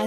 À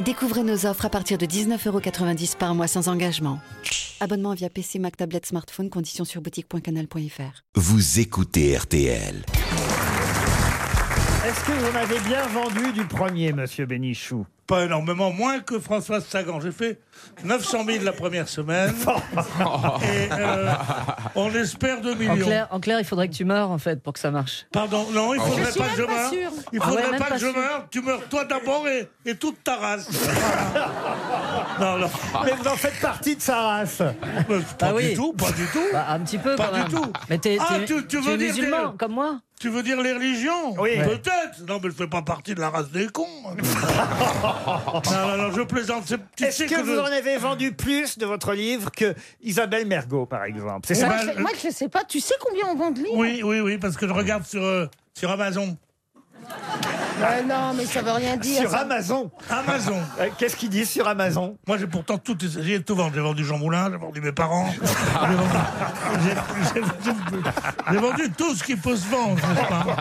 Découvrez nos offres à partir de 19,90€ par mois sans engagement. Abonnement via PC, Mac, tablette, smartphone, conditions sur boutique.canal.fr. Vous écoutez RTL. Est-ce que vous m'avez bien vendu du premier, monsieur Bénichou Pas énormément, moins que Françoise Sagan. J'ai fait 900 000 la première semaine. Oh. et euh, on espère 2 En millions. clair, en clair, il faudrait que tu meures en fait pour que ça marche. Pardon, non, il Je faudrait suis pas que je même pas meure. sûre. Il Ah ouais, faudrait même pas pas que je sûre. meure. Tu meurs toi d'abord et, et toute ta race. non, non. Mais vous en faites partie de sa race. Mais Pas du tout, pas du tout. Bah, un petit peu Pas quand même. du tout. Mais t'es, Ah, t'es- tu- tu tu veux es dire musulman t'es- comme moi Tu veux dire les religions Oui. Peut-être. Non, mais je fais pas partie de la race des cons. non, non, non, je plaisante. C'est- Tu Est-ce sais que, que vous je- en avez vendu plus de votre livre que Isabelle Mergot, par exemple C'est Eh ça ben, Moi, je, moi, je sais pas. Tu sais combien on vend de livres Oui, oui, oui, parce que je regarde sur, euh, sur Amazon. Ouais, Non, mais ça veut rien dire. sur ça. Amazon. Amazon. Euh, Qu'est-ce qu'ils disent sur Amazon Moi, j'ai pourtant tout, j'ai tout vendu. J'ai vendu Jean Moulin, j'ai vendu mes parents, j'ai Ah. vendu, j'ai- j'ai vendu- j'ai vendu tout ce qui peut se vendre, n'est-ce pas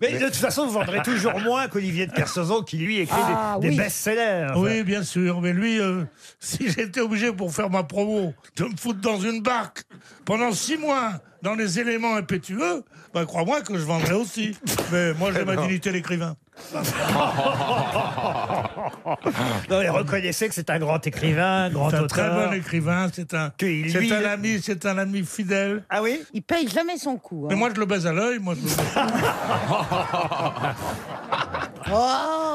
Mais de toute façon, vous vendrez toujours moins qu'Olivier de Kersauzon, qui lui écrit des- Ah, des, oui. best-sellers. Oui, bien sûr. Mais lui, euh, si j'étais obligé pour faire ma promo de me foutre dans une barque pendant six mois dans les éléments impétueux, bah, crois-moi que je vendrais aussi. Mais moi, Eh j'ai ma ben. dignité d'écrivain. Non, mais reconnaissez que c'est un grand écrivain, un grand C'est un auteur. très bon écrivain. C'est un, Que il- c'est lui, un il- ami, c'est un ami fidèle. Ah oui Il paye jamais son coup. hein. Mais moi, je le baise à l'œil. Moi, je le- Oh.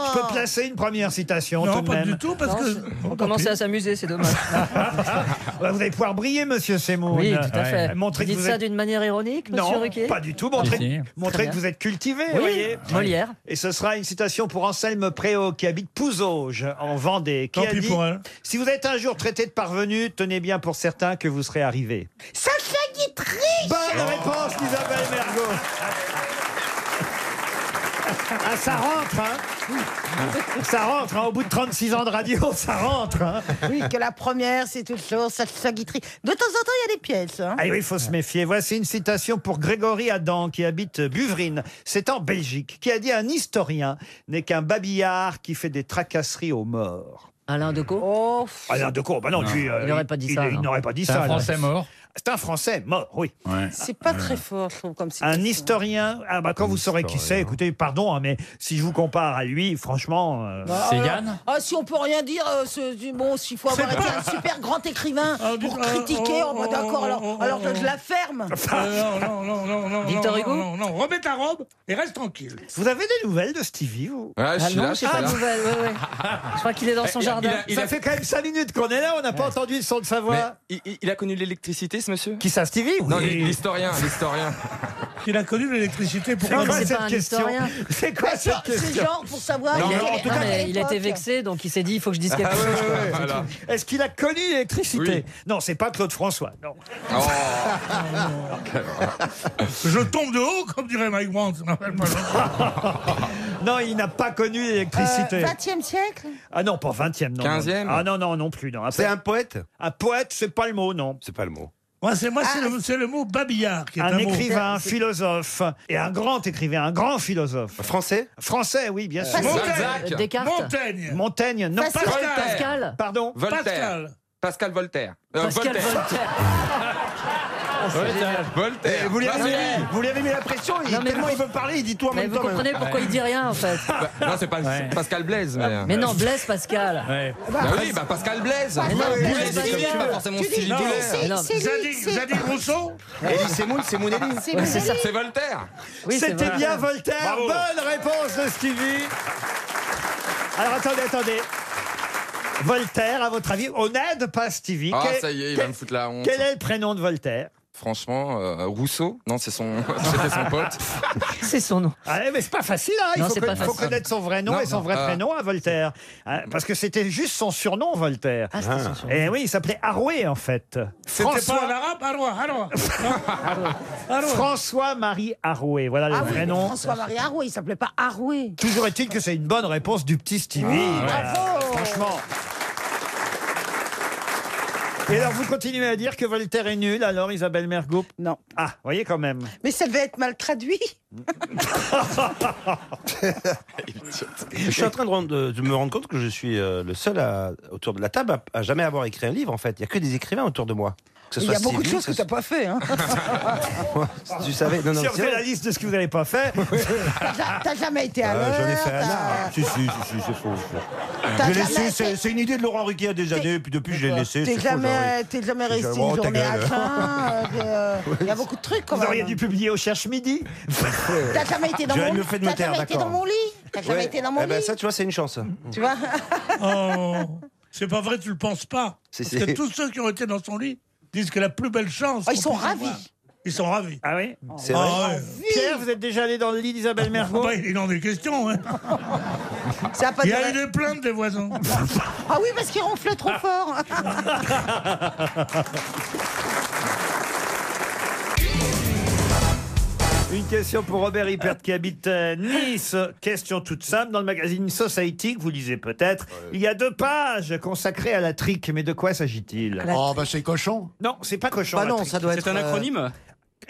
Je peux placer une première citation Non, tout de pas même. du tout, parce Non, que. c'est- On commençait à s'amuser, c'est dommage. Bah, Vous allez pouvoir briller, monsieur Semoun. oui, tout à fait. Montrer Vous que dites vous ça êtes... d'une manière ironique, monsieur Non, Ruquier pas du tout. Montrer, Si, si. montrer Très que bien. vous êtes cultivé, Oui, voyez. Molière. Et ce sera une citation pour Anselme Préau, qui habite Pouzauges, en Vendée, qui Tant a pis dit pour elle. Si vous êtes un jour traité de parvenu, tenez bien pour certain que vous serez arrivé. » Sacha Guitry Bonne réponse d'Isabelle Mergot. Ah, ça rentre, hein Ça rentre, hein. au bout de 36 ans de radio, ça rentre. Hein. Oui, que la première, c'est toute chose. Sacha Guitry. De temps en temps, il y a des pièces. hein. Ah oui, il faut se méfier. Voici une citation pour Grégory Adam, qui habite Buvrine. C'est en Belgique, qui a dit Un historien n'est qu'un babillard qui fait des tracasseries aux morts. Alain Decaux. Oh, pff, Ah non, de quoi Bah non, lui, euh, Il n'aurait pas dit il- ça, Il non. n'aurait pas dit C'est ça. un là. Français mort. C'est un Français mort, oui. c'est pas très fort, je trouve, comme c'est. Un historien. Ah bah quand vous saurez qui c'est, écoutez, pardon, hein, mais si je vous compare à lui, franchement. euh, C'est Yann Ah, si on peut rien dire, euh, ce- du- bon, s'il faut avoir C'est été pas- un super grand écrivain Ah, pour dis- ah, critiquer, oh, on oh, d'accord, oh, alors, oh, alors oh, que je la ferme. Euh, non, non, non, non, non. Victor non, Hugo Non, non, non. remets ta robe et reste tranquille. Vous avez des nouvelles de Stevie vous Ouais, je Ah suis là, non, je suis j'ai pas pas de là. nouvelles. ouais, ouais. Je crois qu'il est dans son Eh, Il a- jardin. il a- il Ça a- fait quand même 5 minutes qu'on est là, on n'a pas entendu le son de sa voix. Mais il- il- il a connu l'électricité, ce monsieur Qui ça, Stevie oui. Non, l'historien, l'historien. Il a connu l'électricité pour Non, mais c'est pas un historien. C'est quoi cette C'est question genre pour savoir. Non, Il quelle a- non, en est- tout non, à cas, quelle mais il a été époque. vexé, donc il s'est dit il faut que je dise quelque Ah ouais, chose. ouais, ouais, voilà. Est-ce qu'il a connu l'électricité Non, c'est pas Claude François. Non. Oh, Je tombe de haut, comme dirait Mike Brandt. Non, mais moi, je- Non, il n'a pas connu l'électricité. Euh, 20e siècle Ah non, pas 20e, non. 15e. Ah non, non, non plus, non. Après- poète un poète, c'est pas le mot, non. C'est pas le mot. Moi, c'est moi, Ah, c'est le, c'est le mot babillard qui est un, Un mot. écrivain, un philosophe, et un grand écrivain, un grand philosophe. Français Français, oui, bien sûr. Voltaire. Balzac. Euh, Descartes. Montaigne. Montaigne, non, Facile. pas- Voltaire. Pascal. Pardon Voltaire. Pascal. Pascal Voltaire. Euh, Pascal Voltaire. Voltaire. Voltaire. Vous lui avez, Pascal. mis, vous lui avez mis la pression, il, Non, mais tellement vous- il veut parler, il dit tout en Mais même vous temps. comprenez pourquoi il dit rien en fait. Bah, Non, c'est pas Ouais. Pascal Blaise. Mais, euh, Mais non, blesse Pascal. Bah oui, bah Pascal Blaise. Mais non, Blaise, Blaise, c'est Pascal. pas forcément Tu dis- style littéraire. non. C'est lui, Zadig, c'est- Zadig Rousseau. Elie Semoun, c'est mon Elie. c'est lui. C'est Voltaire. Oui, c'est C'était vrai. bien Voltaire. Bravo. Bonne réponse de Stevie. Alors attendez, attendez. Voltaire, à votre avis, on n'aide pas Stevie. Ah, Quel- ça y est, il quel- va me foutre la honte. Quel est le prénom de Voltaire Franchement, euh, Rousseau, non, c'est son, c'était son pote. C'est son nom. Ah, mais c'est pas facile, hein. il Non, faut, c'est conna- pas faut facile. connaître son vrai nom Non, et son non, vrai ah. euh, prénom à Voltaire. Hein, Parce que c'était juste son surnom, Voltaire. Ah, c'était son surnom. Et oui, il s'appelait Arouet, en fait. C'était pas François, un arabe Aroua, Aroua. Ah, François-Marie Arouet, voilà Ah le vrai oui, nom. François-Marie Arouet, il s'appelait pas Arouet. Toujours est-il que c'est une bonne réponse du petit Stevie. Ah, Ah. Voilà. Franchement. Et alors, vous continuez à dire que Voltaire est nul, alors Isabelle Mergot Non. Ah, voyez quand même. Mais ça devait être mal traduit. Je suis en train de, rendre- de- de me rendre compte que je suis euh, le seul à- autour de la table à, à jamais avoir écrit un livre, en fait. Il n'y a que des écrivains autour de moi. Que ce Il y soit a beaucoup de Stevie, choses que ce t'as pas fait. Hein. soit- Tu savais Non, non, Si on c'est fait vrai. la liste de ce que vous n'avez pas fait, T'as ja- T'as jamais été Euh, à Ah, l'heure. J'en ai fait un t'as- art. Si, si, si, si, c'est faux. T'as Je l'ai jamais laissé, été- c'est c'est une idée de Laurent Ruquier des années, puis depuis je l'ai laissé. c'est T'es faux, j'aurais- jamais, t'es jamais resté Oh, une ta journée à gueule. jeun. euh, de- Il y a beaucoup de trucs quand vous auriez même. dû publier au Cherche Midi. T'as jamais été dans J'aurais mon mieux lit. fait de me T'as taire, jamais été d'accord. dans mon lit. T'as jamais été dans mon Eh ben, lit. ça, tu vois, c'est une chance. Tu vois Oh, c'est pas vrai, tu le penses pas. Si, Parce si. que tous ceux qui ont été dans son lit disent que la plus belle chance. Oh, ils qu'on sont puisse ravis. avoir- Ils sont ravis. Ah oui C'est vrai. Ah ouais. Pierre, vous êtes déjà allé dans le lit d'Isabelle Mergo Bah, il en est question. hein. Ça a pas Il y a eu duré- des plaintes des voisins. Ah oui, parce qu'ils ronflaient trop fort. Une question pour Robert Hippert qui habite euh, Nice. Question toute simple. Dans le magazine Society, que vous lisez peut-être, il y a deux pages consacrées à la trique. Mais de quoi s'agit-il Oh, bah c'est cochon. Non, c'est pas cochon. la trique. doit C'est un euh, acronyme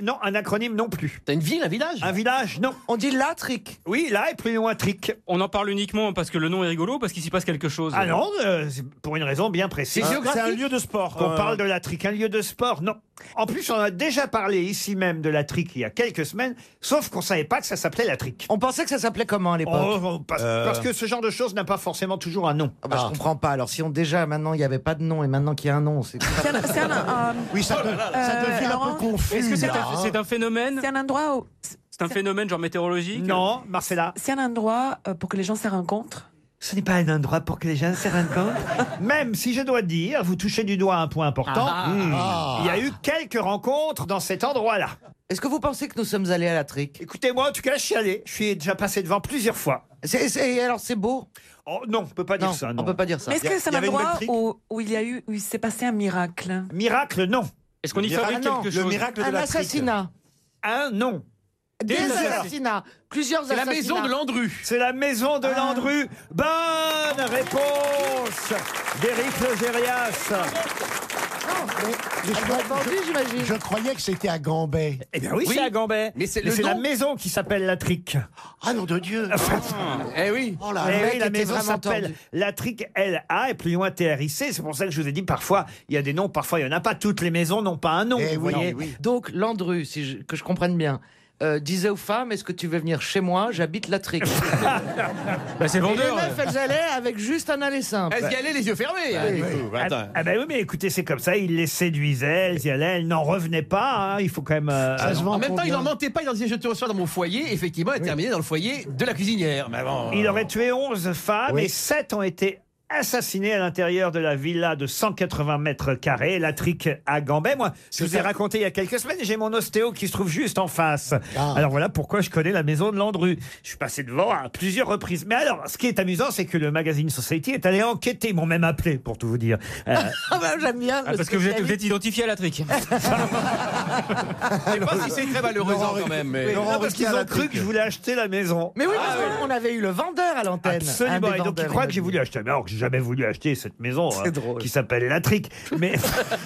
Non, un acronyme non plus. T'as une ville, un village Un village, non. On dit la trick. Oui, là, et plus loin, trique. On en parle uniquement parce que le nom est rigolo, parce qu'il s'y passe quelque chose. Ah non, euh, c'est pour une raison bien précise. C'est Hein, géographique Euh. un lieu de sport. On parle de la trique, un lieu de sport, non. En plus, on a déjà parlé ici même de la trique il y a quelques semaines, sauf qu'on savait pas que ça s'appelait la trique. On pensait que ça s'appelait comment à Euh. Oh, oh, parce, parce que ce genre de choses n'a pas forcément toujours un nom. Ah bah, Ah. Je comprends pas. Alors si on déjà maintenant il n'y avait pas de nom et maintenant qu'il y a un nom, c'est C'est un, c'est un- euh, Oui, ça, te- ça devient un peu Laurent, confus. Est-ce que c'est là, un, hein. c'est un phénomène c'est un endroit, où- C'est un phénomène genre météorologique Non, Marcella. c'est un endroit euh, pour que les gens se rencontrent. Ce n'est pas un endroit pour que les gens se rendent compte. Même si je dois dire, vous touchez du doigt un point important, Ah, Hmm. il y a eu quelques rencontres dans cet endroit-là. Est-ce que vous pensez que nous sommes allés à la trick Écoutez, moi, en tout cas, je suis allé. Je suis déjà passé devant plusieurs fois. alors c'est beau Oh, non, on peut pas dire ça. Non. pas dire ça. Mais est-ce Y a- que c'est y un avait une belle endroit trique où, où il y a eu, où il s'est passé un miracle Miracle, non. Est-ce qu'on y Miracle- fabrique Ah non, quelque chose Le miracle de Un la assassinat, Un non. des assassinats. assassinats, plusieurs C'est assassinats. la maison Ah. de Landru. C'est la maison de Landru. Bonne réponse d'Éric Logérias. Je crois- Vendu, j'imagine. Je croyais que c'était à Gambay. Ah, bah, Eh bien oui, c'est à Gambay. Mais c'est Mais le c'est nom. la maison qui s'appelle la trique. Ah non, de Dieu. Eh oui. Oh là Eh là. oui, la était maison vraiment s'appelle tordu. la trique LA et plus loin TRIC. C'est pour ça que je vous ai dit parfois, il y a des noms, parfois il n'y en a pas. Toutes les maisons n'ont pas un nom. Eh vous oui, voyez. oui. Donc Landru, si je- que je comprenne bien, euh, disait aux femmes Est-ce que tu veux venir chez moi J'habite la trick. Bah, c'est Et les vendeur. meufs, elles allaient avec juste un aller simple. Est-ce qu'elle est les yeux fermés Eh Ah, ah ben oui, mais écoutez, c'est comme ça. Il les séduisait, elles y allaient, elles n'en revenaient pas. hein. Il faut quand même. euh, Ça se vend En même temps, il combien n'en mentait pas, il en disait je te reçois dans mon foyer, effectivement, elle terminait dans le foyer de la cuisinière. Mais bon. Il aurait tué 11 femmes et 7 ont été assassinées à l'intérieur de la villa de 180 mètres carrés, la trique à Gambay. Moi, je vous ai raconté il y a quelques semaines, j'ai mon ostéo qui se trouve juste en face. Ah. Alors voilà pourquoi je connais la maison de Landru. Je suis passé devant à plusieurs reprises. Mais alors, ce qui est amusant, c'est que le magazine Society est allé enquêter. Ils m'ont même appelé, pour tout vous dire. Euh, Ah bah, J'aime bien. le parce que vous êtes, spécialiste. identifié à la trique. Je sais pas si c'est très valorisant quand même. Mais... Ah, Laurent parce Ruquier qu'ils à la ont cru trique. que je voulais acheter la maison. Mais oui, parce qu'on avait eu le vendeur à l'antenne. un Absolument. des Et donc, ils vendeurs croient que j'ai voulu immobiliers. acheter. Mais alors que j'ai jamais voulu acheter cette maison hein, drôle. qui s'appelle La Trique. Mais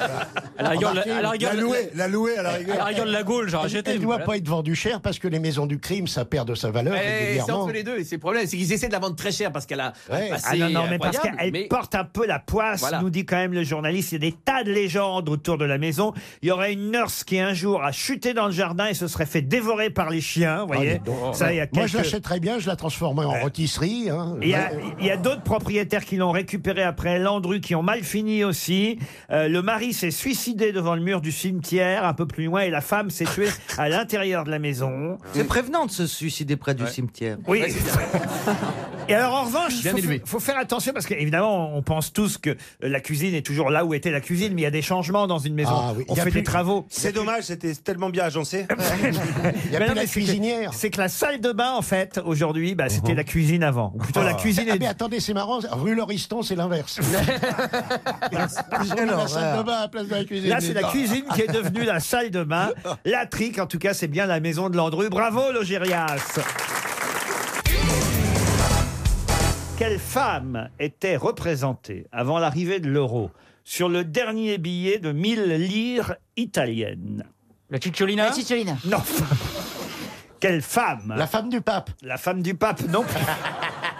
À la rigueur, la, à la Ah, La rigueur, louer, la louer à la à la rigueur. rigueur de la Gaule, j'aurais jeté. Elle mais doit voilà. pas être vendue cher parce que les maisons du crime, ça perd de sa valeur Eh, c'est régulièrement. entre les deux, et c'est le problème, c'est qu'ils essaient de la vendre très cher parce qu'elle a Ouais. assez Ah non, non, mais parce incroyable, qu'elle mais- porte un peu la poisse, Voilà. nous dit quand même le journaliste. Il y a des tas de légendes autour de la maison. Il y aurait une nurse qui un jour a chuté dans le jardin et se serait fait dévorer par les chiens, Ah, vous voyez. Ça, il y a Ah, Moi, je quelques- l'achèterais bien, je la transformerais en rôtisserie. hein. Il y a, il y a d'autres propriétaires qui l'ont récupéré après Landru, qui ont mal fini aussi. Euh, le mari s'est suicidé devant le mur du cimetière, un peu plus loin, et la femme s'est tuée à l'intérieur de la maison. C'est prévenant de se suicider près du cimetière. Oui, Et alors, en revanche, il Bien faut, élevé. faut faire attention parce qu'évidemment, on pense tous que la cuisine est toujours là où était la cuisine, mais il y a des changements dans une maison. Ah oui, On il y a fait plus- des travaux. C'est dommage, c'était tellement bien agencé. Il y a plus la cuisinière. C'est que la salle de bain, en fait, aujourd'hui, bah, Uh-huh. c'était la cuisine avant. Ou plutôt la Ah. cuisine. Ah, est- mais attendez, c'est marrant. Rue Lauriston, c'est l'inverse. Ils ont mis la salle de bain à la place de la cuisine. Là, c'est la cuisine qui est devenue la salle de bain. La trique, en tout cas, c'est bien la maison de Landru. Bravo, Logérias Quelle femme était représentée avant l'arrivée de l'euro sur le dernier billet de 1000 lire italiennes La Cicciolina La Cicciolina. Non. Quelle femme La femme du pape. La femme du pape, non.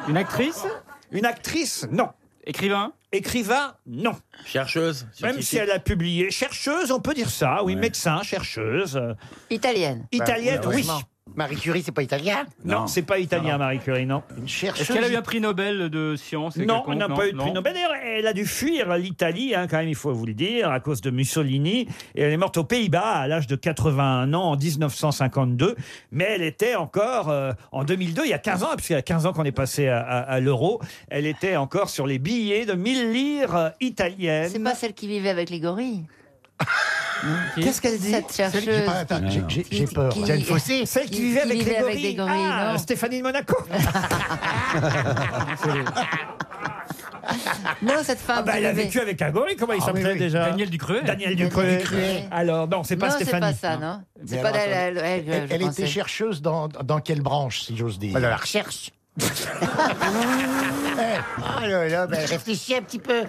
Une actrice Une actrice, non. Écrivain Écrivain, non. Chercheuse Même si elle a publié. Chercheuse, on peut dire ça. Oui, médecin, chercheuse. euh, Italienne. Italienne, oui. Bah, Marie Curie, c'est pas italien Non, c'est pas italien, Non, non. Marie Curie, non. Une Est-ce qu'elle a eu un prix Nobel de science et non, quelconque, on n'a pas eu de prix non Nobel. D'ailleurs, elle a dû fuir l'Italie, hein, quand même, il faut vous le dire, à cause de Mussolini. Et elle est morte aux Pays-Bas à l'âge de 81 ans en 1952. Mais elle était encore, euh, en 2002, il y a 15 ans, puisqu'il y a 15 ans qu'on est passé à, à- à l'euro, elle était encore sur les billets de 1000 lires euh, italiennes. C'est pas celle qui vivait avec les gorilles. Qu'est-ce qu'elle dit Ah, Cette chercheuse. J'ai pas- attends, j'ai- j'ai- j'ai peur. Qui- Jane Fossé. Celle qui vivait avec les avec gorilles. des gorilles, Ah, non. Stéphanie de Monaco. Ah, Non, Ah, cette femme. Ah bah, qui elle a vivait- vécu avec un gorille, comment il s'appelait déjà Daniel Ducreux. Daniel Ducreux. Ducruet. Alors, non, c'est pas Non, c'est Stéphanie. pas ça, non. C'est Mais pas alors, elle- elle- attendez. elle, je Elle- elle pensais. était chercheuse dans, dans quelle branche, si j'ose dire Bah, dans la recherche. Ah, là, là, bah, réfléchis un petit peu.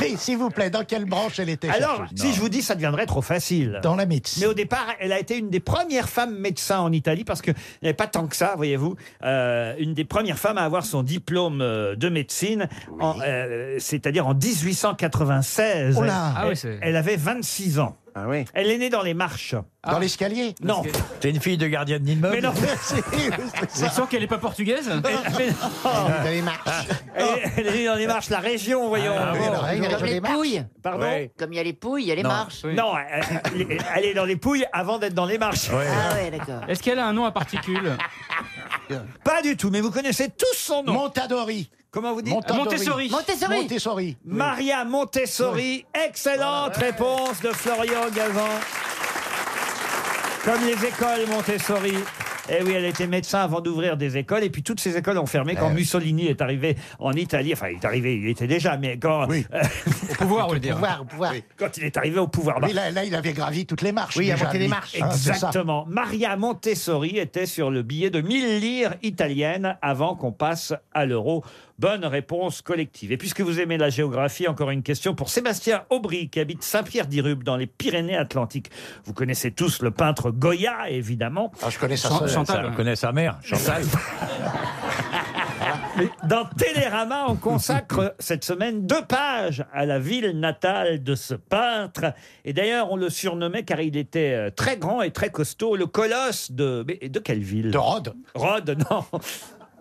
Oui, s'il vous plaît, dans quelle branche elle était Ah. Alors, chercheuse si je vous dis, ça deviendrait trop facile. Dans la médecine. Mais au départ, elle a été une des premières femmes médecins en Italie, parce qu'il n'y avait pas tant que ça, voyez-vous. Euh, une des premières femmes à avoir son diplôme euh, de médecine, en, euh, c'est-à-dire en 1896. Oh là elle, Ah oui, c'est- Ah elle avait 26 ans. Elle est née dans les marches. Ah. Dans l'escalier Non. T'es une fille de gardienne d'immeuble Mais non. On sent qu'elle n'est pas portugaise Dans les marches. Elle est née dans les marches, la région, voyons. Ah oui, la région Comme les pouilles. Pardon Ouais. Comme il y a les pouilles, il y a les Non. marches. Non, elle, elle- elle est dans les pouilles avant d'être dans les marches. Ah ouais, d'accord. Est-ce qu'elle a un nom à particules Pas du tout, mais vous connaissez tous son nom. Montadori. Comment vous dites Montessori. Montessori. Montessori. Maria Montessori. Excellente réponse de Florian Gazan. Comme les écoles Montessori. Eh oui, elle était médecin avant d'ouvrir des écoles, et puis toutes ces écoles ont fermé quand Mussolini est arrivé en Italie. Enfin, il est arrivé, il était déjà, mais quand. au pouvoir, on dire. pouvoir, au pouvoir. Quand il est arrivé au pouvoir. Oui, là, là, il avait gravi toutes les marches. Oui, déjà, avant lui. Hein, c'est ça. Exactement. Maria Montessori était sur le billet de 1000 lires italiennes avant qu'on passe à l'euro. Bonne réponse collective. Et puisque vous aimez la géographie, encore une question pour Sébastien Aubry, qui habite Saint-Pierre-d'Irube, dans les Pyrénées-Atlantiques. Vous connaissez tous le peintre Goya, évidemment. Ah, je connais On hein. connaît sa mère, Chantal. Dans Télérama, on consacre cette semaine deux pages à la ville natale de ce peintre. Et d'ailleurs, on le surnommait car il était euh, très grand et très costaud, le colosse de. mais de quelle ville De Rhodes. Rhodes, non.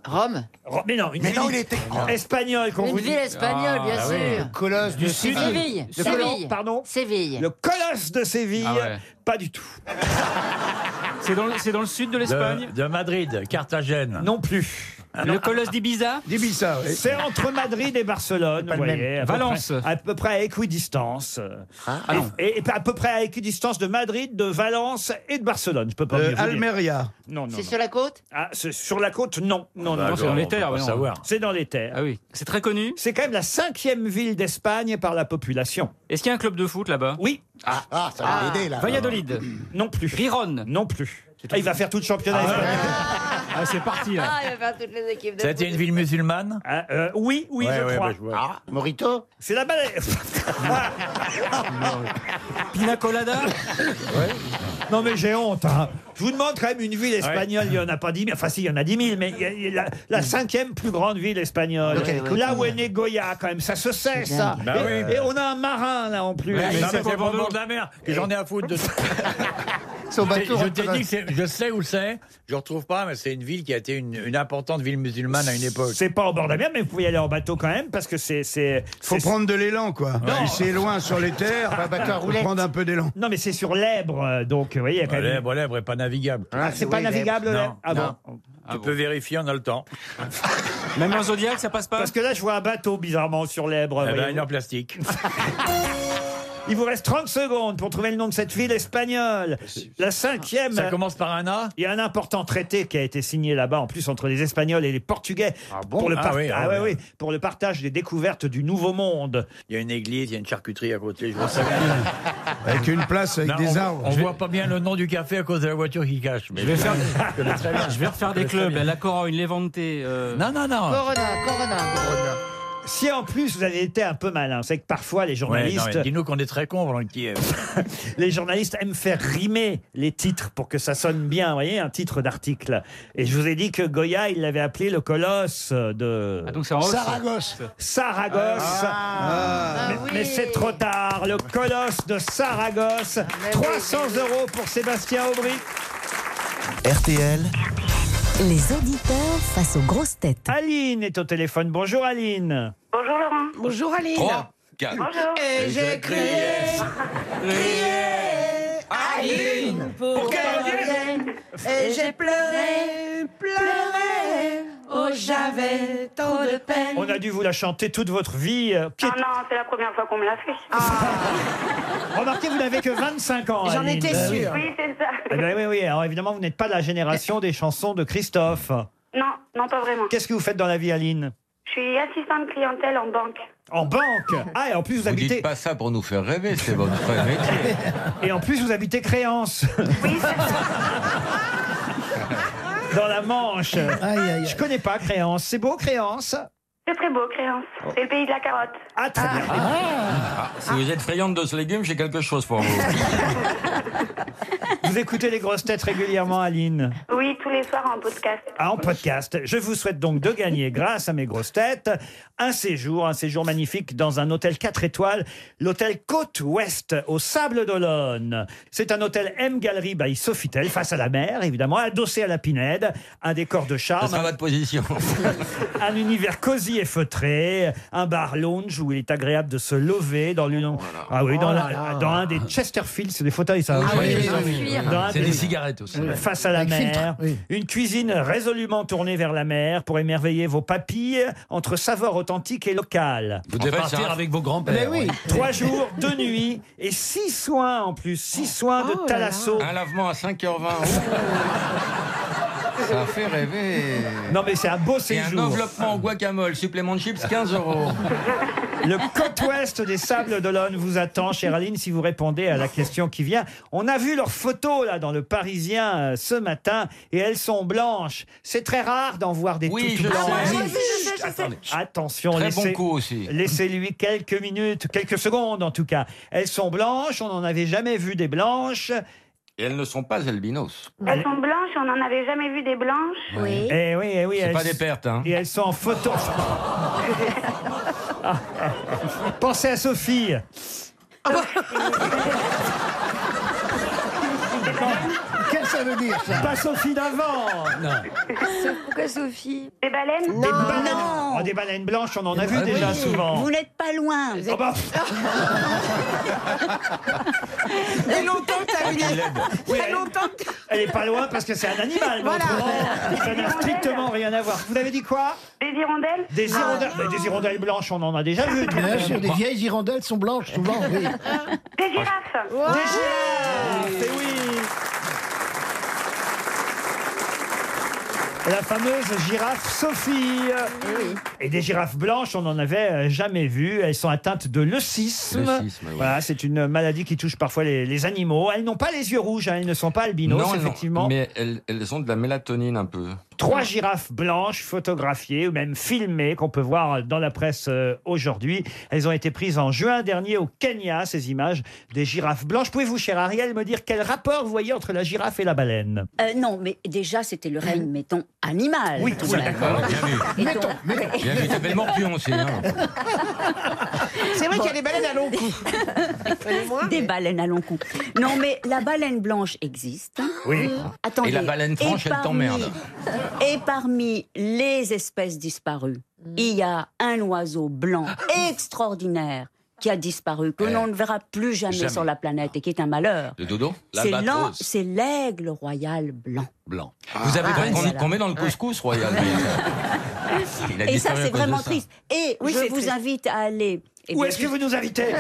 Rome Mais non, une Mais ville non, il était grand. espagnole qu'on Une vous dit. ville espagnole, bien sûr. Le colosse de Séville. Le Séville. colosse, pardon. Séville. Le colosse de Séville. Ah Ah Pas du tout. C'est dans, le- c'est dans le sud de l'Espagne De, de Madrid, Carthagène. Non plus. Ah, Le colosse d'Ibiza D'Ibiza, oui. C'est entre Madrid et Barcelone, C'est pas vous le même. voyez, à peu Valence. près- à peu près à équidistance. Ah non. et, et à peu près à équidistance de Madrid, de Valence et de Barcelone. Je peux pas. Euh, mieux vous dire. Almeria. Non, non. C'est non. sur la côte Ah, c'est sur la côte, non, non, Bah, non. non, c'est dans les terres, mais non. C'est dans les terres. Ah oui. C'est très connu. C'est quand même la cinquième ville d'Espagne par la population. Est-ce qu'il y a un club de foot là-bas Oui. Ah, ça va l'aider, là. Valladolid. Non plus. Riron. Non plus. Ah, il va faire tout le championnat. espagnol. Ah, c'est parti, Ah, il va faire toutes les équipes de Ça a été foot. une ville musulmane Ah, euh, oui, oui, Ouais, je ouais, crois. bah, je vois. Ah, Morito C'est là-bas. Pina Colada Non, mais j'ai honte. hein. Je vous demande quand même une ville espagnole. Il n'y en a pas 10 000. Enfin, si, il y en a 10 000, mais il y a- il y a la, la cinquième plus grande ville espagnole. Ok, ouais, là ouais. où est né Goya, quand même. Ça se sait, ça. Bah et, oui. et on a un marin, là, en plus. Mais Mais non, mais c'est c'est pour pour le Bordeaux. bord de la mer, que j'en ai à foutre de ça. Son bateau Je rentre t'ai dans- dit que c'est- je sais où c'est, je retrouve pas, mais c'est une ville qui a été une, une importante ville musulmane à une époque. C'est pas au bord de la mer, mais vous pouvez y aller en bateau quand même, parce que c'est. c'est Faut prendre de l'élan, quoi. Non. Si c'est loin sur les terres, Ah, bateau à faut roulette. prendre un peu d'élan. Non, mais c'est sur l'Èbre, euh, donc vous voyez. il y a quand Ouais, même- L'Èbre, l'Èbre est pas navigable. Ah, c'est pas navigable, l'Èbre Non, Ah bon. non. Ah Tu peux vérifier, on a le temps. Même en Zodiac, ça passe pas Parce que là, je vois un bateau bizarrement sur l'Èbre. Eh ben, voyez-vous. il est en plastique. Il vous reste 30 secondes pour trouver le nom de cette ville espagnole. La cinquième. Ça commence par un A Il y a un important traité qui a été signé là-bas, en plus entre les Espagnols et les Portugais, bon pour, le Ah par- oui, ah ouais, oui. oui, pour le partage des découvertes du Nouveau Monde. Il y a une église, il y a une charcuterie à côté. Je vois ça. Avec une place, avec Non, on- des arbres. On voit pas bien le nom du café à cause de la voiture qui cache. Mais Je vais faire- je connais très bien. Je vais refaire des Je connais très clubs. bien. La Cora, une Levante. euh, Non, non, non. Corona, Corona, Corona. Si en plus vous avez été un peu malin, c'est que parfois les Ouais, non, journalistes, mais Dis-nous qu'on est très cons, Valentine. les journalistes aiment faire rimer les titres pour que ça sonne bien, vous voyez, un titre d'article. Et je vous ai dit que Goya, il l'avait appelé le colosse de Ah, donc c'est en hausse. Saragosse. Ah. Saragosse. Ah, mais mais c'est trop tard, le colosse de Saragosse. 300 euros pour Sébastien Aubry. RTL. Les auditeurs face aux grosses têtes. Aline est au téléphone. Bonjour Aline. Bonjour Laurent. Bonjour Aline. Trois, Bonjour. Et j'ai crié, crié, Aline, pour qu'elle vienne. Et j'ai pleuré, pleuré. Oh, j'avais trop de peine. On a dû vous la chanter toute votre vie. euh, pied- Ah non, c'est la première fois qu'on me l'a fait. Remarquez, vous n'avez que 25 ans. Ah. J'en Aline. étais sûre. Oui, c'est ça. Eh ben oui, oui. Alors évidemment, vous n'êtes pas de la génération des chansons de Christophe. Non, non, pas vraiment. Qu'est-ce que vous faites dans la vie, Aline Je suis assistante clientèle en banque. En banque Ah, et en plus, vous, habitez. dites pas ça pour nous faire rêver, c'est votre vrai métier. Et en plus, vous habitez Créance. Dans la Manche. Je connais pas Créance. C'est beau, Créance Oh. C'est très beau, Créance. C'est le pays de la carotte. Ah, très bien. Ah, si vous êtes friande de ce légume, j'ai quelque chose pour vous. Vous écoutez les grosses têtes régulièrement, Aline Oui, tous les soirs en podcast. Ah, en podcast. Je vous souhaite donc de gagner, grâce à mes grosses têtes, un séjour, un séjour magnifique dans un hôtel 4 étoiles, l'hôtel Côte Ouest au Sable d'Olonne. C'est un hôtel M Gallery by Sofitel, face à la mer, évidemment, adossé à la Pinède, un décor de Ça Ah, charme. bah. sera votre position. Un univers cosy et feutré, un bar lounge où il est agréable de se lever dans l'une. Ah oui, dans, Oh la- là là. dans un des Chesterfield, c'est des fauteuils, ça. hein. Ah oui, oui, oui, oui. Dans un Euh, C'est des cigarettes aussi. Face à la Avec mer. filtre, oui. Une cuisine résolument tournée vers la mer pour émerveiller vos papilles entre saveurs authentiques et locales. Vous devez partir avec vos euh, grands-pères. ouais. Trois jours, deux nuits et six soins en plus. Six Oh soins de Thalasso. Un lavement à 5h20. Ça fait rêver. Non, mais c'est un beau Et un séjour. enveloppement en guacamole, supplément de chips, 15 euros. Le côte ouest des Sables d'Olonne vous attend, chère Aline, si vous répondez à la question qui vient. On a vu leurs photos là dans le Parisien euh, ce matin et elles sont blanches. C'est très rare d'en voir des Oui, toutes je blanches. sais. je sais. Attendez. Attention, Très laissez, bon coup aussi. laissez-lui quelques minutes, quelques secondes en tout cas. Elles sont blanches, on n'en avait jamais vu des blanches. Et elles ne sont pas albinos. Elles sont blanches, on n'en avait jamais vu des blanches. Oui. Eh oui, eh oui. C'est elles- pas des pertes, hein. Et elles sont en photo. Pensez à Sophie. Qu'est-ce que ça veut dire, ça Pas Sophie d'avant. Pourquoi Sophie Des baleines Des baleines, oh, des baleines blanches, on Eh en a Ah ben vu déjà souvent. Vous n'êtes pas loin. Vous êtes- Oh bah, Et longtemps que t'as eu des- oui, elle, elle est pas loin parce que c'est un animal. mais Voilà. autrement, Ça n'a strictement rien à voir. Vous avez dit quoi Des hirondelles Ah. Des hirondelles, mais des hirondelles blanches, on en a déjà vu. Bien sûr, des vieilles hirondelles sont blanches souvent. oui. Des girafes Des Ah, girafes, eh oui. La fameuse girafe Sophie. Et des girafes blanches, on n'en avait euh, jamais vu. Elles sont atteintes de leucisme. Leucisme, oui. Voilà, c'est une maladie qui touche parfois les, les animaux. Elles n'ont pas les yeux rouges, hein, elles ne sont pas albinos, elles n'ont- effectivement. mais elles, elles ont de la mélatonine un peu. Ah, Trois girafes blanches photographiées ou même filmées qu'on peut voir dans la presse euh, aujourd'hui. Elles ont été prises en juin dernier au Kenya, ces images des girafes blanches. Pouvez-vous, cher Ariel, me dire quel rapport vous voyez entre la girafe et la baleine Euh, non, mais déjà, c'était le règne, mettons, animal. Oui, tout oui, de même. d'accord, Et bien donc- vu. Mettons, mettons. Bien vu, t'as belle morpion aussi. Hein. C'est vrai qu'il y a des baleines à long cou. des baleines à long cou. Non, mais la baleine blanche existe. Oui. Attendez. Et la baleine franche, Et elle t'emmerde. parmi- Et parmi les espèces disparues, il y a un oiseau blanc extraordinaire qui a disparu, que Ouais. l'on ne verra plus jamais, Eh. Jamais. sur la planète et qui est un malheur. Le dodo C'est l'an- L'albatros c'est l'aigle royal blanc. blanc. Vous avez Ah, pas ouais, qu'on voilà. qu'on met dans le couscous royal. mais, euh, il a Et ça, disparu à c'est cause de vraiment ça. triste. Et Oui, c'est je vous triste. invite à aller. eh Où bien, est-ce je- que vous nous invitez Non,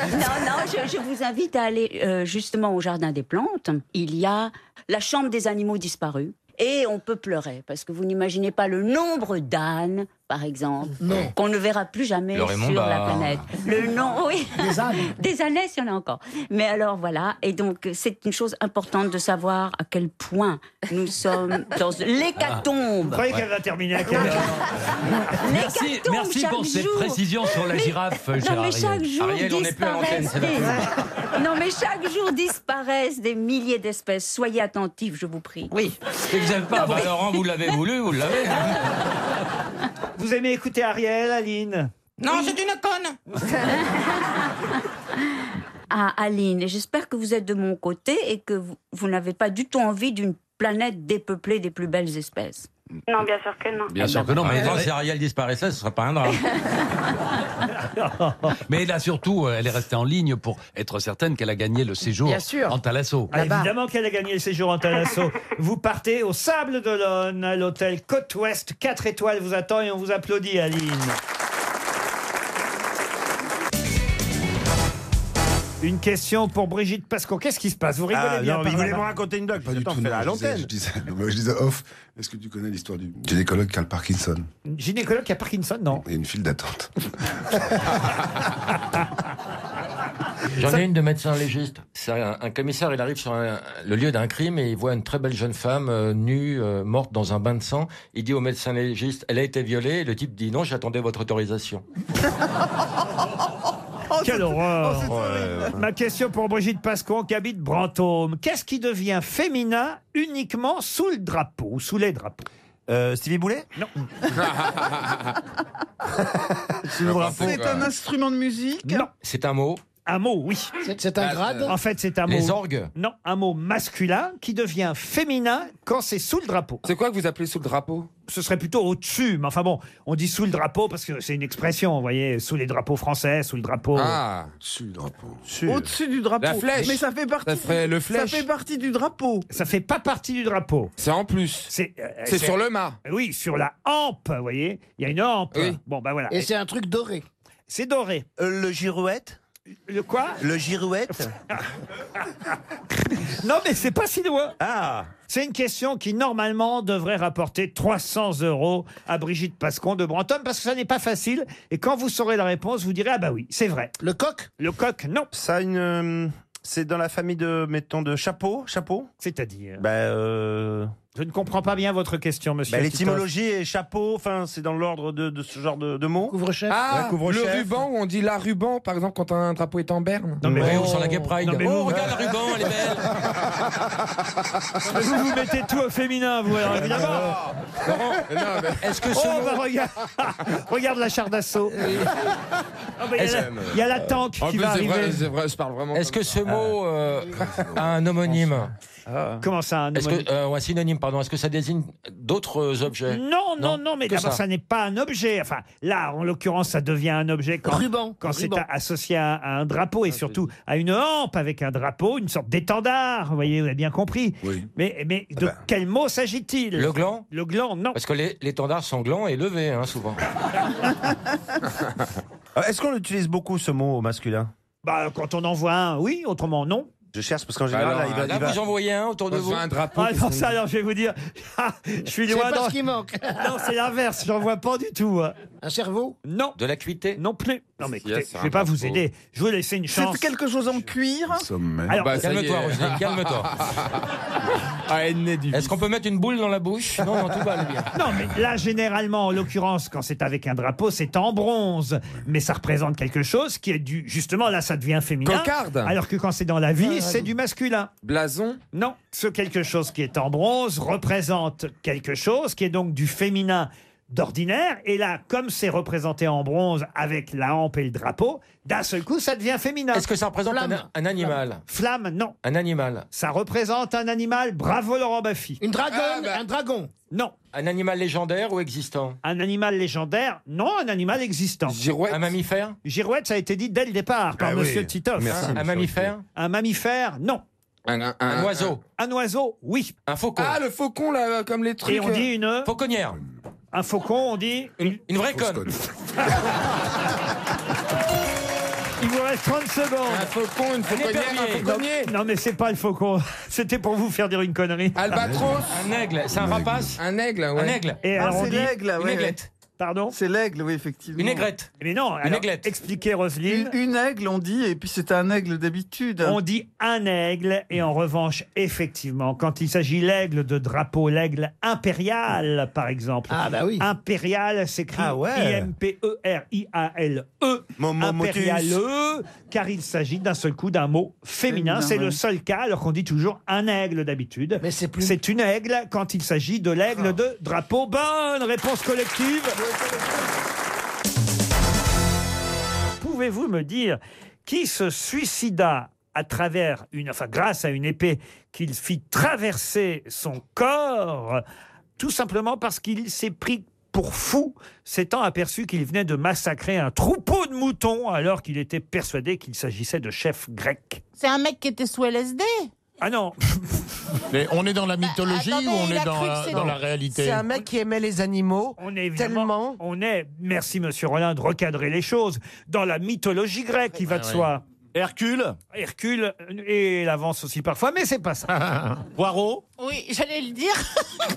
non, je, je vous invite à aller euh, justement au Jardin des Plantes. Il y a la chambre des animaux disparus. Et on peut pleurer, parce que vous n'imaginez pas le nombre d'ânes, par exemple, qu'on ne verra plus jamais Le Raymond sur la Barre. planète. Le nom, oui. Des ânes. Des ânes, il y en a encore. Mais alors voilà, et donc c'est une chose importante de savoir à quel point nous sommes dans Ah. l'hécatombe. Vous croyez qu'elle va terminer à quelle heure Merci, cartons, merci chaque pour cette jour. précision sur la Mais- girafe, non, Gérard mais chaque Ariel. jour Ariel, on n'est plus à l'antenne, disparaissent c'est la des- fin. Non, mais chaque jour disparaissent des milliers d'espèces. Soyez attentifs, je vous prie. Oui. Et vous avez pas, bah, Laurent, vous l'avez voulu, vous l'avez. hein. Vous aimez écouter Ariel, Aline Non, c'est une conne Ah, Aline, j'espère que vous êtes de mon côté et que vous, vous n'avez pas du tout envie d'une planète dépeuplée des plus belles espèces. Non, bien sûr que non. Bien sûr que non, mais Euh, attends, si Ariel disparaissait, ce serait pas un drame. Mais là, surtout, euh, elle est restée en ligne pour être certaine qu'elle a gagné le séjour Bien sûr. en Thalasso. Ah, évidemment qu'elle a gagné le séjour en Thalasso. vous partez au Sable d'Olonne, à l'hôtel Côte-Ouest. 4 étoiles vous attend et on vous applaudit, Aline. Une question pour Brigitte Pascon. Qu'est-ce qui se passe Vous rigolez Ah, bien non, par vous voulez là-bas. me raconter une blague Pas du Attends, tout. fais-la non, à je disais- l'antenne. je disais- moi, je disais off. Est-ce que tu connais l'histoire du gynécologue Carl Parkinson Gynécologue qui a Parkinson, non Il y a une file d'attente. J'en ai une de médecin légiste. C'est un, un commissaire, il arrive sur un- le lieu d'un crime et il voit une très belle jeune femme euh, nue, euh, morte dans un bain de sang. Il dit au médecin légiste, elle a été violée. Le type dit non, j'attendais votre autorisation. Quelle horreur Ma question pour Brigitte Pascon qui habite Brantôme. Qu'est-ce qui devient féminin uniquement sous le drapeau, ou sous les drapeaux Euh, Stevie Boulet Non. Bah, Ah, C'est un instrument de musique. Non. euh, C'est un mot Un mot, oui. c'est un Ah, grade euh, En fait, c'est un mot. les orgues Non, un mot masculin qui devient féminin quand c'est sous le drapeau. C'est quoi que vous appelez sous le drapeau Ce serait plutôt au-dessus, mais enfin bon, on dit sous le drapeau parce que c'est une expression, vous voyez, sous les drapeaux français, sous le drapeau. Ah. Sous le drapeau. Au-dessus du drapeau. La flèche. Mais ça fait partie. Ça ferait le flèche. Ça fait partie du drapeau. Ça fait pas partie du drapeau. C'est en plus. C'est euh, C'est sur le mât. Oui, sur la hampe, vous voyez. Il y a une hampe. Oui. Bon, ben voilà. Et c'est un truc doré. Euh, C'est doré. le girouette Le quoi Le girouette Non, mais c'est pas si loin. Ah C'est une question qui, normalement, devrait rapporter 300 euros à Brigitte Pascon de Brantôme, parce que ça n'est pas facile. Et quand vous saurez la réponse, vous direz Ah, bah oui, c'est vrai. Le coq Le coq, non. Ça a une. euh, C'est dans la famille de, mettons, de chapeau Chapeau C'est-à-dire Bah, euh, Je ne comprends pas bien votre question, monsieur. bah, Titoff. L'étymologie et chapeau, enfin, c'est dans l'ordre de, de ce genre de, de mots Couvre-chef Ah, le ruban où on dit la ruban, par exemple, quand un drapeau est en berne. Non, mais Ouais, vous- ou sur la Gay Pride. Non, mais oh, vous- regarde la ruban, elle est belle. Ah, Vous vous mettez tout au féminin, vous, alors évidemment. Ah, Est-ce que Oh, ce mot- bah, regarde, regarde la char d'assaut. Oh, bah, Il y a la- il y, a la tank En qui plus, va c'est arriver. vrai, c'est vrai, je parle vraiment. Est-ce comme que ça. Ah. ce mot euh, a un homonyme Ah. Comment ça, un Est-ce homonyme que, euh, ouais, synonyme, pardon. Est-ce que ça désigne d'autres euh, objets Non, non, non, mais que d'abord, ça, ça. n'est pas un objet. Enfin, là, en l'occurrence, ça devient un objet quand, quand c'est ruban. a- associé à, à un drapeau Ah, et surtout à une hampe avec un drapeau, une sorte d'étendard. Vous voyez, vous avez bien compris. Mais, mais de quel mot s'agit-il Ah ben. Le gland Le gland, non. Parce que les- l'étendard sans gland est levé, hein, souvent. Euh, Est-ce qu'on utilise beaucoup ce mot au masculin Bah, quand on en voit un, oui, autrement, non. Je cherche parce qu'en général, Bah Alors, là, il va. là, il va- vous en voyez un autour de On se vous voit un drapeau. Ah non, ça, alors je vais vous dire, Ah, je suis C'est loin. pas non. ce qui manque. Non, c'est l'inverse, j'en vois pas du tout. hein. Un cerveau Non, De l'acuité non plus. Non, mais Yes, écoutez, c'est je un vais pas vous drapeau. aider. Je vais laisser une C'est chance. quelque chose en cuir. Sommet. Alors, Bah, ça y est. Calme-toi, Roselyne, calme-toi. Est-ce qu'on peut mettre une boule dans la bouche Non, non, tout va aller bien. Non, mais là, généralement, en l'occurrence, quand c'est avec un drapeau, c'est en bronze. Mais ça représente quelque chose qui est du. Justement, là, ça devient féminin. Cocarde. Alors que quand c'est dans la Ah, Ah, vie, c'est du masculin. Blason Non. Ce quelque chose qui est en bronze représente quelque chose qui est donc du féminin d'ordinaire. Et là, comme c'est représenté en bronze avec la hampe et le drapeau, d'un seul coup, ça devient féminin. Est-ce que ça représente un, un animal Flamme, non. Un animal. Ça représente un animal. Bravo Laurent Baffy. Une dragonne Un dragon Non. Un animal légendaire ou existant Un animal légendaire Non, un animal existant. Girouette Un mammifère Girouette, ça a été dit dès le départ par Ah oui. Monsieur Titoff. Merci, Un monsieur mammifère Titoff. Un mammifère Non. Un, un- oiseau. Un oiseau, oui. Un faucon. Ah, le faucon, là, comme les trucs. Et on dit une. Fauconnière. Un faucon, on dit. Une, vraie conne. Il vous reste 30 secondes. Un faucon, une fauconnière, un fauconnier. Non, non, mais c'est pas le faucon. C'était pour vous faire dire une connerie. Albatros. Un aigle, c'est un rapace Un aigle, ouais. Un aigle. Et Ah, alors on c'est dit- l'aigle, ouais, Une ouais. aiglette. Pardon C'est l'aigle, oui, effectivement. Une aigrette. Mais non, Une alors, aiglette. expliquez Roselyne. Une, une aigle, on dit, et puis c'est un aigle d'habitude. On dit un aigle, et en revanche, effectivement, quand il s'agit l'aigle de drapeau, l'aigle impérial, par exemple. Ah bah oui. Impérial s'écrit Ah ouais. E I-M-P-E-R-I-A-L-E. Momo motus. Impérial-E, E, car il s'agit d'un seul coup d'un mot féminin. Féminin, C'est le oui. seul cas, alors qu'on dit toujours un aigle d'habitude. Mais c'est plus. Ah. C'est une aigle quand il s'agit de l'aigle de drapeau. Bonne réponse collective. Pouvez-vous me dire qui se suicida à travers une, enfin grâce à une épée qu'il fit traverser son corps, tout simplement parce qu'il s'est pris pour fou, s'étant aperçu qu'il venait de massacrer un troupeau de moutons alors qu'il était persuadé qu'il s'agissait de chefs grecs. C'est un mec qui était sous LSD. Ah non Mais on est dans la mythologie Bah, attendez, ou on il est a dans cru la, que dans c'était- la réalité C'est un mec qui aimait les animaux. On est évidemment, on est, merci Monsieur Rollin de recadrer les choses, dans la mythologie grecque, il va de Ah Ouais, soi. Hercule Hercule euh, et l'avance aussi parfois, mais c'est pas ça. Poirot Oui, j'allais le dire.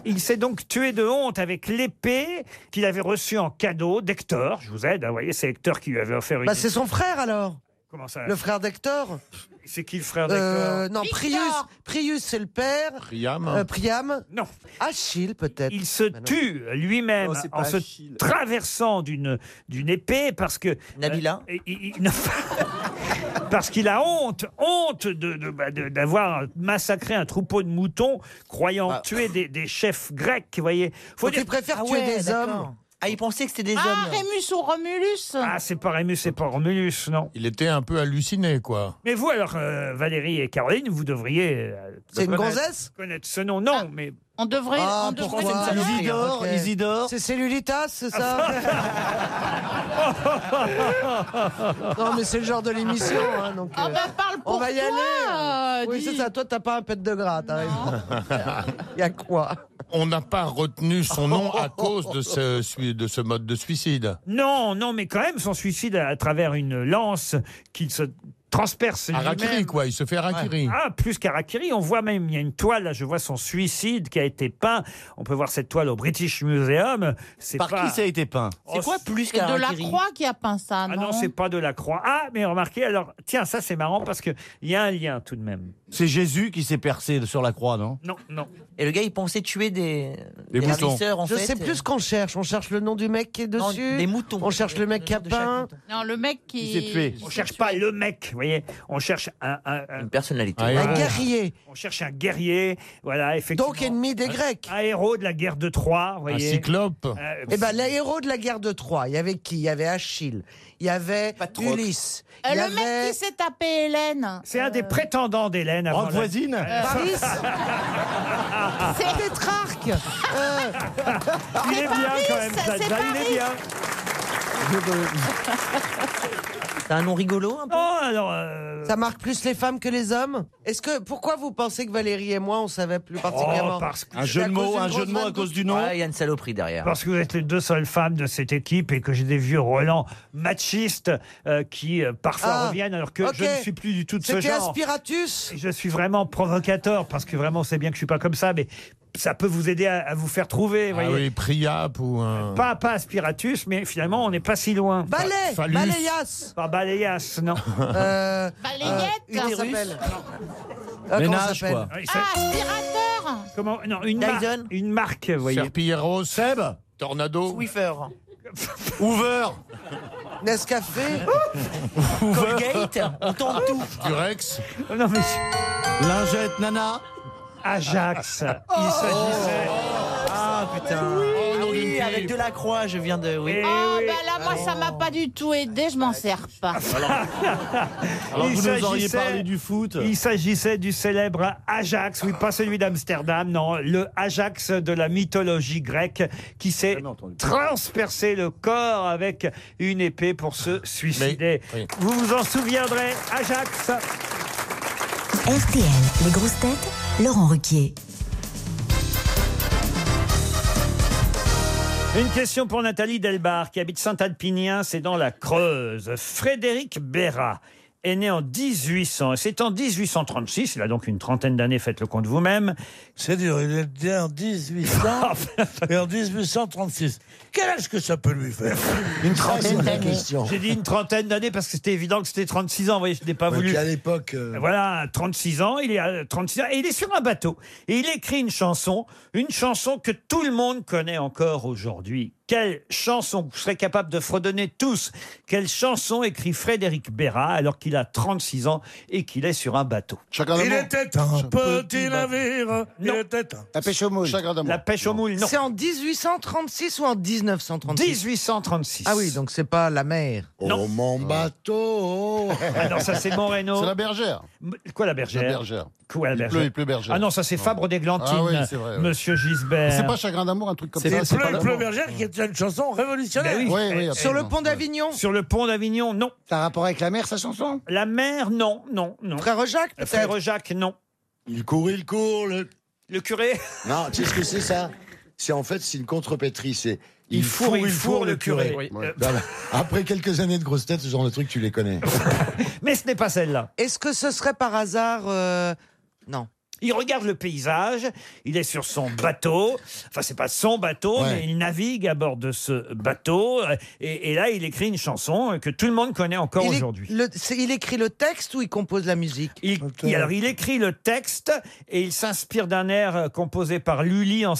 Il s'est donc tué de honte avec l'épée qu'il avait reçue en cadeau d'Hector. Je vous aide, hein, vous voyez, c'est Hector qui lui avait offert une. Bah, c'est son frère alors. Comment ça Le frère d'Hector C'est qui le frère Euh, d'Hector Non, Prius. Prius, c'est le père. Priam. Euh, Priam. Non. Achille, peut-être. Il se tue lui-même Oh, c'est pas en se Achille. traversant d'une d'une épée parce que Nabila euh, il- il- non, parce qu'il a honte, honte de- de- bah, de- d'avoir massacré un troupeau de moutons croyant tuer des, des chefs grecs. Vous voyez, faut Ah. Donc, il préfère Ah ouais, tuer des d'accord. hommes. Ah, il pensait que c'était des Ah, hommes. Rémus ou Romulus Ah, c'est pas Rémus, c'est pas Romulus, non. Il était un peu halluciné, quoi. Mais vous, alors, euh, Valérie et Caroline, vous devriez. euh, C'est une connaître- gonzesse Connaître ce nom, non, mais. On devrait. Ah, on devrait pourquoi le savoir. Isidore, Ok. Isidore. C'est Cellulitas, c'est ça Non, mais c'est le genre de l'émission. Hein, donc, euh, on va y aller. oui, c'est ça. Toi, t'as pas un pet de gratte. Il y a quoi On n'a pas retenu son nom à cause de ce, sui- de ce mode de suicide. Non, non, mais quand même, son suicide à travers une lance qu'il se transperce. Harakiri, lui-même. quoi. Il se fait harakiri. Ah, plus qu'Arakiri, on voit même, il y a une toile, là, je vois son suicide qui a été peint. On peut voir cette toile au British Museum. C'est Par pas- qui ça a été peint Oh, C'est de la croix qui a peint ça, Ah non non, c'est pas de la croix. Ah, mais remarquez, alors, tiens, ça c'est marrant parce qu'il y a un lien tout de même. C'est Jésus qui s'est percé sur la croix, non Non, non. Et le gars, il pensait tuer des, Des moutons. ravisseurs, en Je fait. euh, sais plus ce qu'on cherche. On cherche le nom du mec qui est Non, dessus. des moutons. On cherche le mec qui a de chaque peint. mouton. Non, le mec qui. On cherche pas le mec, vous voyez. On cherche un, un- un- Une personnalité. Un guerrier. On cherche un guerrier, voilà, effectivement. Donc ennemi des Grecs. Un héros de la guerre de Troie, vous Un voyez. cyclope. Euh, Eh ben, les héros de la guerre de Troie, il y avait qui Il y avait Achille, il y avait Ulysse. Euh, il y Euh, le avait- mec qui s'est tapé Hélène. C'est Euh. un des prétendants d'Hélène. avant la- Euh, ah, Paris C'est- C'est Pétrarque Ah. Euh, Il est bien quand même, ça, Zaza, c'est il est bien. T'as un nom rigolo, un peu Oh, alors. Ça marque plus les femmes que les hommes Est-ce que Pourquoi vous pensez que Valérie et moi, on savait plus particulièrement parce que- Un jeu C'est à de cause mots, d'une un jeu grosse de mots à vanne cause du nom. Ouais, Ah, il y a une saloperie derrière. Parce que vous êtes les deux seules femmes de cette équipe et que j'ai des vieux Roland machistes euh, qui euh, parfois Ah, reviennent alors que ok. je ne suis plus du tout de ce C'était genre. Aspiratus Je suis vraiment provocateur parce que vraiment, on sait bien que je suis pas comme ça, mais ça peut vous aider à, à vous faire trouver. Ah voyez. oui, euh. Priap ou un. Pas, pas Aspiratus, mais finalement, on n'est pas si loin. Balai Phallus. Balayas Pas Balayas, non. euh, Balayette, euh, ça utérus. s'appelle. Ah, Euh, comment ça s'appelle Oui, c'est- Ah, Aspirateur Comment Non, une, mar- Dyson une marque, vous voyez. Serpillero, Seb, Tornado, Swiffer. Hoover, Nescafé. Colgate, on tente tout. Durex. Oh, Non, mais. Lingette, nana. Ajax. Oh. Il s'agissait. eh Ah putain. Oh, Ah oui, avec Delacroix, je viens de. Eh Oui. Ah, Oh, bah là, moi, ça m'a pas du tout aidé, je m'en sers pas. Alors, Il Ah, vous nous auriez s'agissait- parlé du foot. Il s'agissait du célèbre Ajax, oui, pas celui d'Amsterdam, non, le Ajax de la mythologie grecque qui s'est transpercé le corps avec une épée pour se suicider. Vous vous en souviendrez, Ajax RTL, les grosses têtes, Laurent Ruquier. Une question pour Nathalie Delbar, qui habite Saint-Alpinien, c'est dans la Creuse. Frédéric Béra est né en 1800. Et C'est en 1836, il a donc une trentaine d'années, faites le compte vous-même. C'est dur, il est né en 1800 et en 1836. Quel âge que ça peut lui faire Une trentaine Ah, c'est la d'années. question. J'ai dit une trentaine d'années parce que c'était évident que c'était 36 ans. Vous voyez, je n'ai pas Ouais, voulu. puis à l'époque, euh, Voilà, 36 ans. Il est à 36 ans et il est sur un bateau. Et il écrit une chanson, une chanson que tout le monde connaît encore aujourd'hui. Quelle chanson Vous serez capable de fredonner tous. Quelle chanson écrit Frédéric Béra alors qu'il a 36 ans et qu'il est sur un bateau Il était un petit navire. Il était un. La pêche aux moules. La pêche aux moules, non. C'est en 1836 ou en 1936 1836. Ah oui, donc c'est pas la mer. Non. Oh mon bateau Ah non, ça c'est Moreno. C'est la bergère. Quoi la bergère La bergère. Quoi la Il bergère pleut, il pleut bergère. Ah non, ça c'est Fabre d'Églantine, Ah oui, c'est vrai, ouais. monsieur Mais Gisbert. C'est pas chagrin d'amour, un truc comme ça. C'est c'est pas Pleu l'amour. Pleu Bergère qui était une chanson révolutionnaire. Ben oui. Oui, oui, Sur le pont d'Avignon Sur le pont d'Avignon, non. Ça a rapport avec la mer, sa chanson La mer, non, non, non. Euh, Frère Jacques, peut-être Frère Jacques, non. Il court, il court, le... Le curé Non, tu sais ce que c'est ça C'est en fait, c'est une contrepétrie, c'est... Il, fourre, il fourre le curé. Oui. Ouais. Euh, Voilà. Après quelques années de grosses têtes, ce genre de truc, tu les connais. Mais ce n'est pas celle-là. Est-ce que ce serait par hasard euh, Non. Il regarde le paysage, il est sur son bateau, enfin c'est pas son bateau, mais il navigue à bord de ce bateau, euh, et, et là il écrit une chanson que tout le monde connaît encore Il é- aujourd'hui. le- c'est- Il écrit le texte ou il compose la musique Il, Et alors, il écrit le texte et il s'inspire d'un air euh, composé par Lully en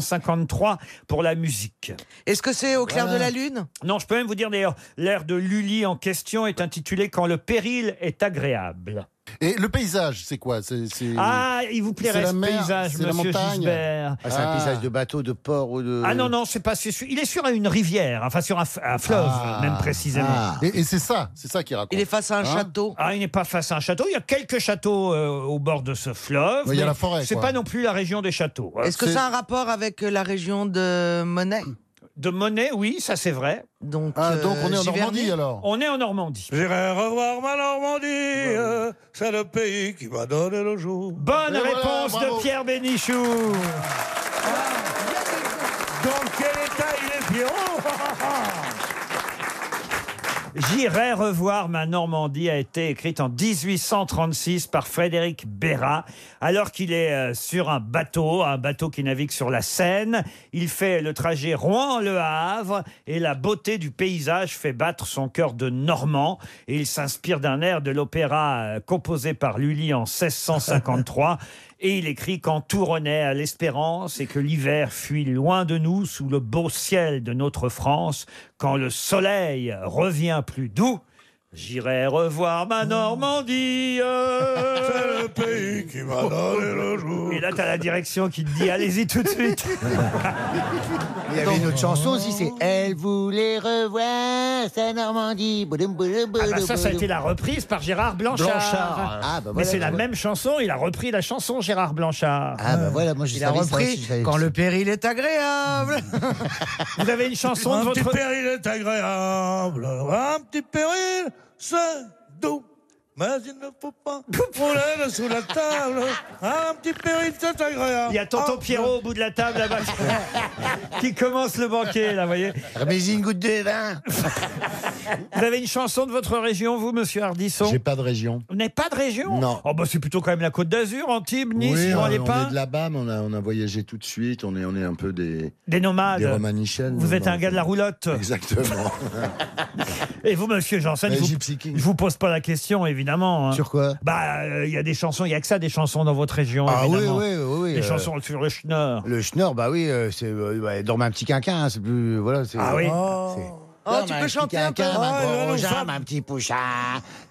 1653 pour la musique. Est-ce que c'est au clair de la lune Non, je peux même vous dire d'ailleurs, l'air de Lully en question est intitulé Quand le péril est agréable. Et le paysage, c'est quoi C'est- c'est- Ah, il vous plairait c'est la ce mer, paysage, c'est la monsieur montagne. Gisbert. Ah, c'est un Ah. paysage de bateau, de port ou de... Ah non, non, c'est pas c'est sur- Il est sur une rivière, enfin sur un, f- un fleuve, Ah. même précisément. Ah. Et, et c'est ça, c'est ça qu'il raconte. Il est face à un Hein château. Ah, il n'est pas face à un château. Il y a quelques châteaux euh, au bord de ce fleuve. Mais il y a mais la forêt, C'est quoi. pas non plus la région des châteaux. hein. Est-ce que ça a un rapport avec la région de Monet De Monet, oui, ça c'est vrai. Donc, euh, Ah, donc on est en Normandie alors On est en Normandie. J'irai revoir ma Normandie, euh, c'est le pays qui m'a donné le jour. Bonne Et voilà, réponse bravo. de Pierre Bénichou. Dans quel état il est Pierrot J'irai revoir ma Normandie a été écrite en 1836 par Frédéric Béra. Alors qu'il est euh, sur un bateau, un bateau qui navigue sur la Seine, il fait le trajet Rouen-Le Havre et la beauté du paysage fait battre son cœur de Normand. Et il s'inspire d'un air de l'opéra euh, composé par Lully en 1653. Et il écrit quand tout renaît à l'espérance et que l'hiver fuit loin de nous sous le beau ciel de notre France, quand le soleil revient plus doux, j'irai revoir ma Normandie. euh. pays qui m'a donné le jour. Et là, t'as la direction qui te dit allez-y tout de suite. Il y avait une autre chanson aussi, c'est Elle voulait revoir sa Normandie. Boudoum, boudoum, Ah bah boudoum, ça, ça a été boudoum. la reprise par Gérard Blanchard. Blanchard. Ah bah Mais voilà, c'est la bah même chanson, il a repris la chanson Gérard Blanchard. Ah bah voilà, moi je Il a savais ça aussi, repris je savais quand ça. le péril est agréable. Vous avez une chanson de Un petit votre... péril est agréable, un petit péril, c'est doux. Mais il ne faut pas rouler sous la table. Un petit péril, c'est agréable. Il y a tonton Pierrot au bout de la table là-bas qui commence le banquet, là, vous voyez. Remettez une goutte de vin. Vous avez une chanson de votre région, vous, monsieur Hardisson J'ai pas de région. Vous n'avez pas de région Non. Oh, bah c'est plutôt quand même la Côte d'Azur, Antibes, Nice, oui, vous on, n'en allez on pas est de là-bas, mais on a, on a voyagé tout de suite. On est, on est un peu des, Des nomades. des Romanichels. vous êtes un gars de la roulotte. Exactement. Et vous, monsieur Janssen, je Gypsy vous, King. je vous pose pas la question, évidemment. Sur quoi Bah, euh, il y a des chansons, il n'y a que ça, des chansons dans votre région. Ah oui, évidemment. oui, oui, oui. Des euh, chansons sur le schnorr. Le schnorr, bah oui, euh, c'est euh, ouais, dormir un petit quinquin, hein, c'est plus. Voilà, c'est. Ah oui. c'est- Oh, tu peux chanter un peu. Quinquin, Oh, ma là, gros nous jambe, sommes- un petit pouchin.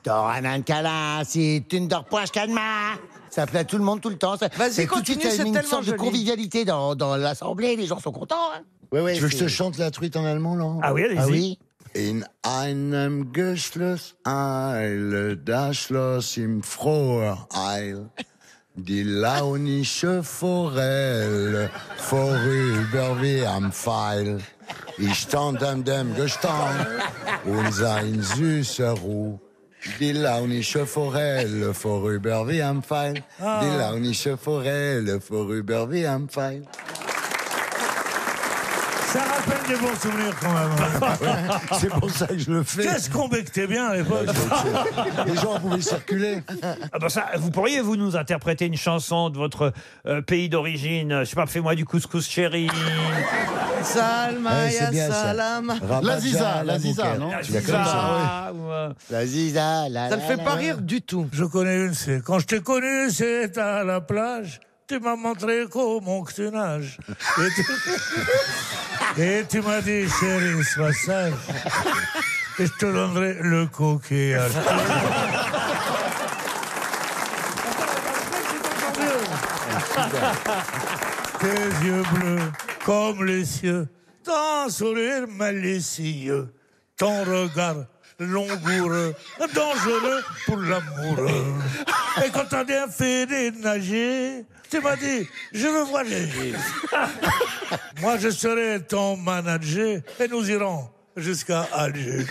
T'auras un câlin si tu ne dors pas jusqu'à demain. Ça plaît à tout le monde tout le temps. Ça- Vas-y, c'est tout de suite, continue, ça c'est met une tellement sorte de joli. convivialité dans, dans l'assemblée. Les gens sont contents. hein. ouais, tu veux que je c'est- te chante la truite en allemand, là Ah oui, allez-y. Ah oui In einem Geschloss Eile, das Schloss im Frohe Eil, die launische Forelle vorüber wie am Pfeil. Ich stand an dem Gestand und sah in süßer Ruhe die launische Forelle vorüber wie am Pfeil, Ah. die launische Forelle vorüber wie am Pfeil. Ça rappelle des bons souvenirs quand même. hein. Bah C'est pour ça que je le fais. Qu'est-ce qu'on bectait bien à l'époque Les gens pouvaient circuler. Ah bah ça, vous pourriez vous nous interpréter une chanson de votre euh, pays d'origine. Je sais pas, fais-moi du couscous chéri. Salma, Eh, c'est ya bien, ça. salam. Rabat La Ziza, Jah, la la Ziza, Bouquet. non Tu la connais, ça, La ziza, la Ça le la fait la pas la. rire du tout. Je connais une, c'est quand je t'ai connu, c'est à la plage. Tu m'as montré comment que tu nages. Et tu, et tu m'as dit, chérie, sois sage. Et je te donnerai le coquillage. Tes yeux bleus comme les cieux, ton sourire malicieux, ton regard langoureux, dangereux pour l'amoureux. Et quand t'as bien fini de nager, tu m'as dit, je le vois léger. Moi, je serai ton manager et nous irons jusqu'à Alger.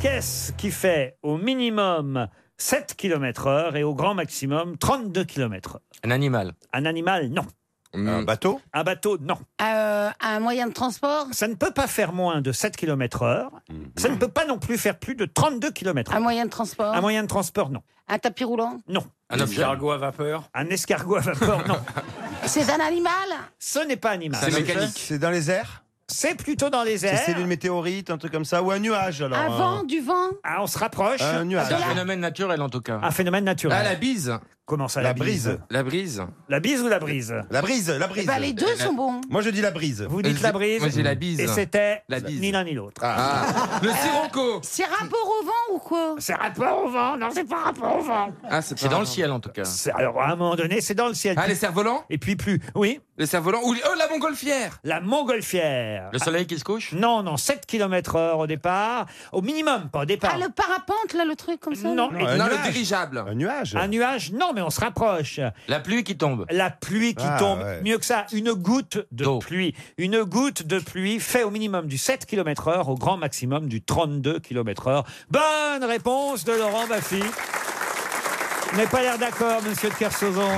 Qu'est-ce qui fait au minimum 7 km heure et au grand maximum 32 km heure Un animal. Hmm. Un animal, non. Un bateau Un bateau, non. Euh, un moyen de transport Ça ne peut pas faire moins de 7 km heure. Hmm. Ça ne peut pas non plus faire plus de 32 km Un heure. moyen de transport Un moyen de transport, non. Un tapis roulant Non. Un escargot à vapeur Un escargot à vapeur, non. C'est un animal Ce n'est pas animal. C'est mécanique. C'est dans les airs C'est plutôt dans les airs. C'est une météorite, un truc comme ça, ou un nuage alors. Un hein. vent, du vent Ah, on se rapproche. Un nuage. C'est un phénomène naturel en tout cas. Un phénomène naturel. Ah, la bise. Comment ça, La brise. La brise. La bise ou la brise La brise, la brise. Eh ben, les deux La- sont bons. Moi je dis la brise. Vous dites la brise. Moi, j'ai la bise. Et c'était La bise. ni l'un ni l'autre. Ah. Le sirocco. Euh, C'est rapport au vent ou quoi C'est rapport au vent Non, c'est pas rapport au vent. Ah, c'est dans le ciel en tout cas. C'est- Alors, à un moment donné, c'est dans le ciel. Ah, les cerfs-volants Et puis plus, oui. Les cerfs-volants ou les- oh, la montgolfière. La montgolfière. Le soleil qui se couche Non, non, 7 km heure au départ. Au minimum, pas au départ. Ah, le parapente, là, le truc comme ça Non, là et- Non, le dirigeable. Un nuage. Un nuage, non, mais on se rapproche. La pluie qui tombe. La pluie qui Ah, tombe, ouais. mieux que ça, une goutte de pluie. Une goutte de pluie fait au minimum du 7 km heure, au grand maximum du 32 km heure. Bonne réponse de Laurent Baffy. Vous n'avez pas l'air d'accord, monsieur de Kersauzon.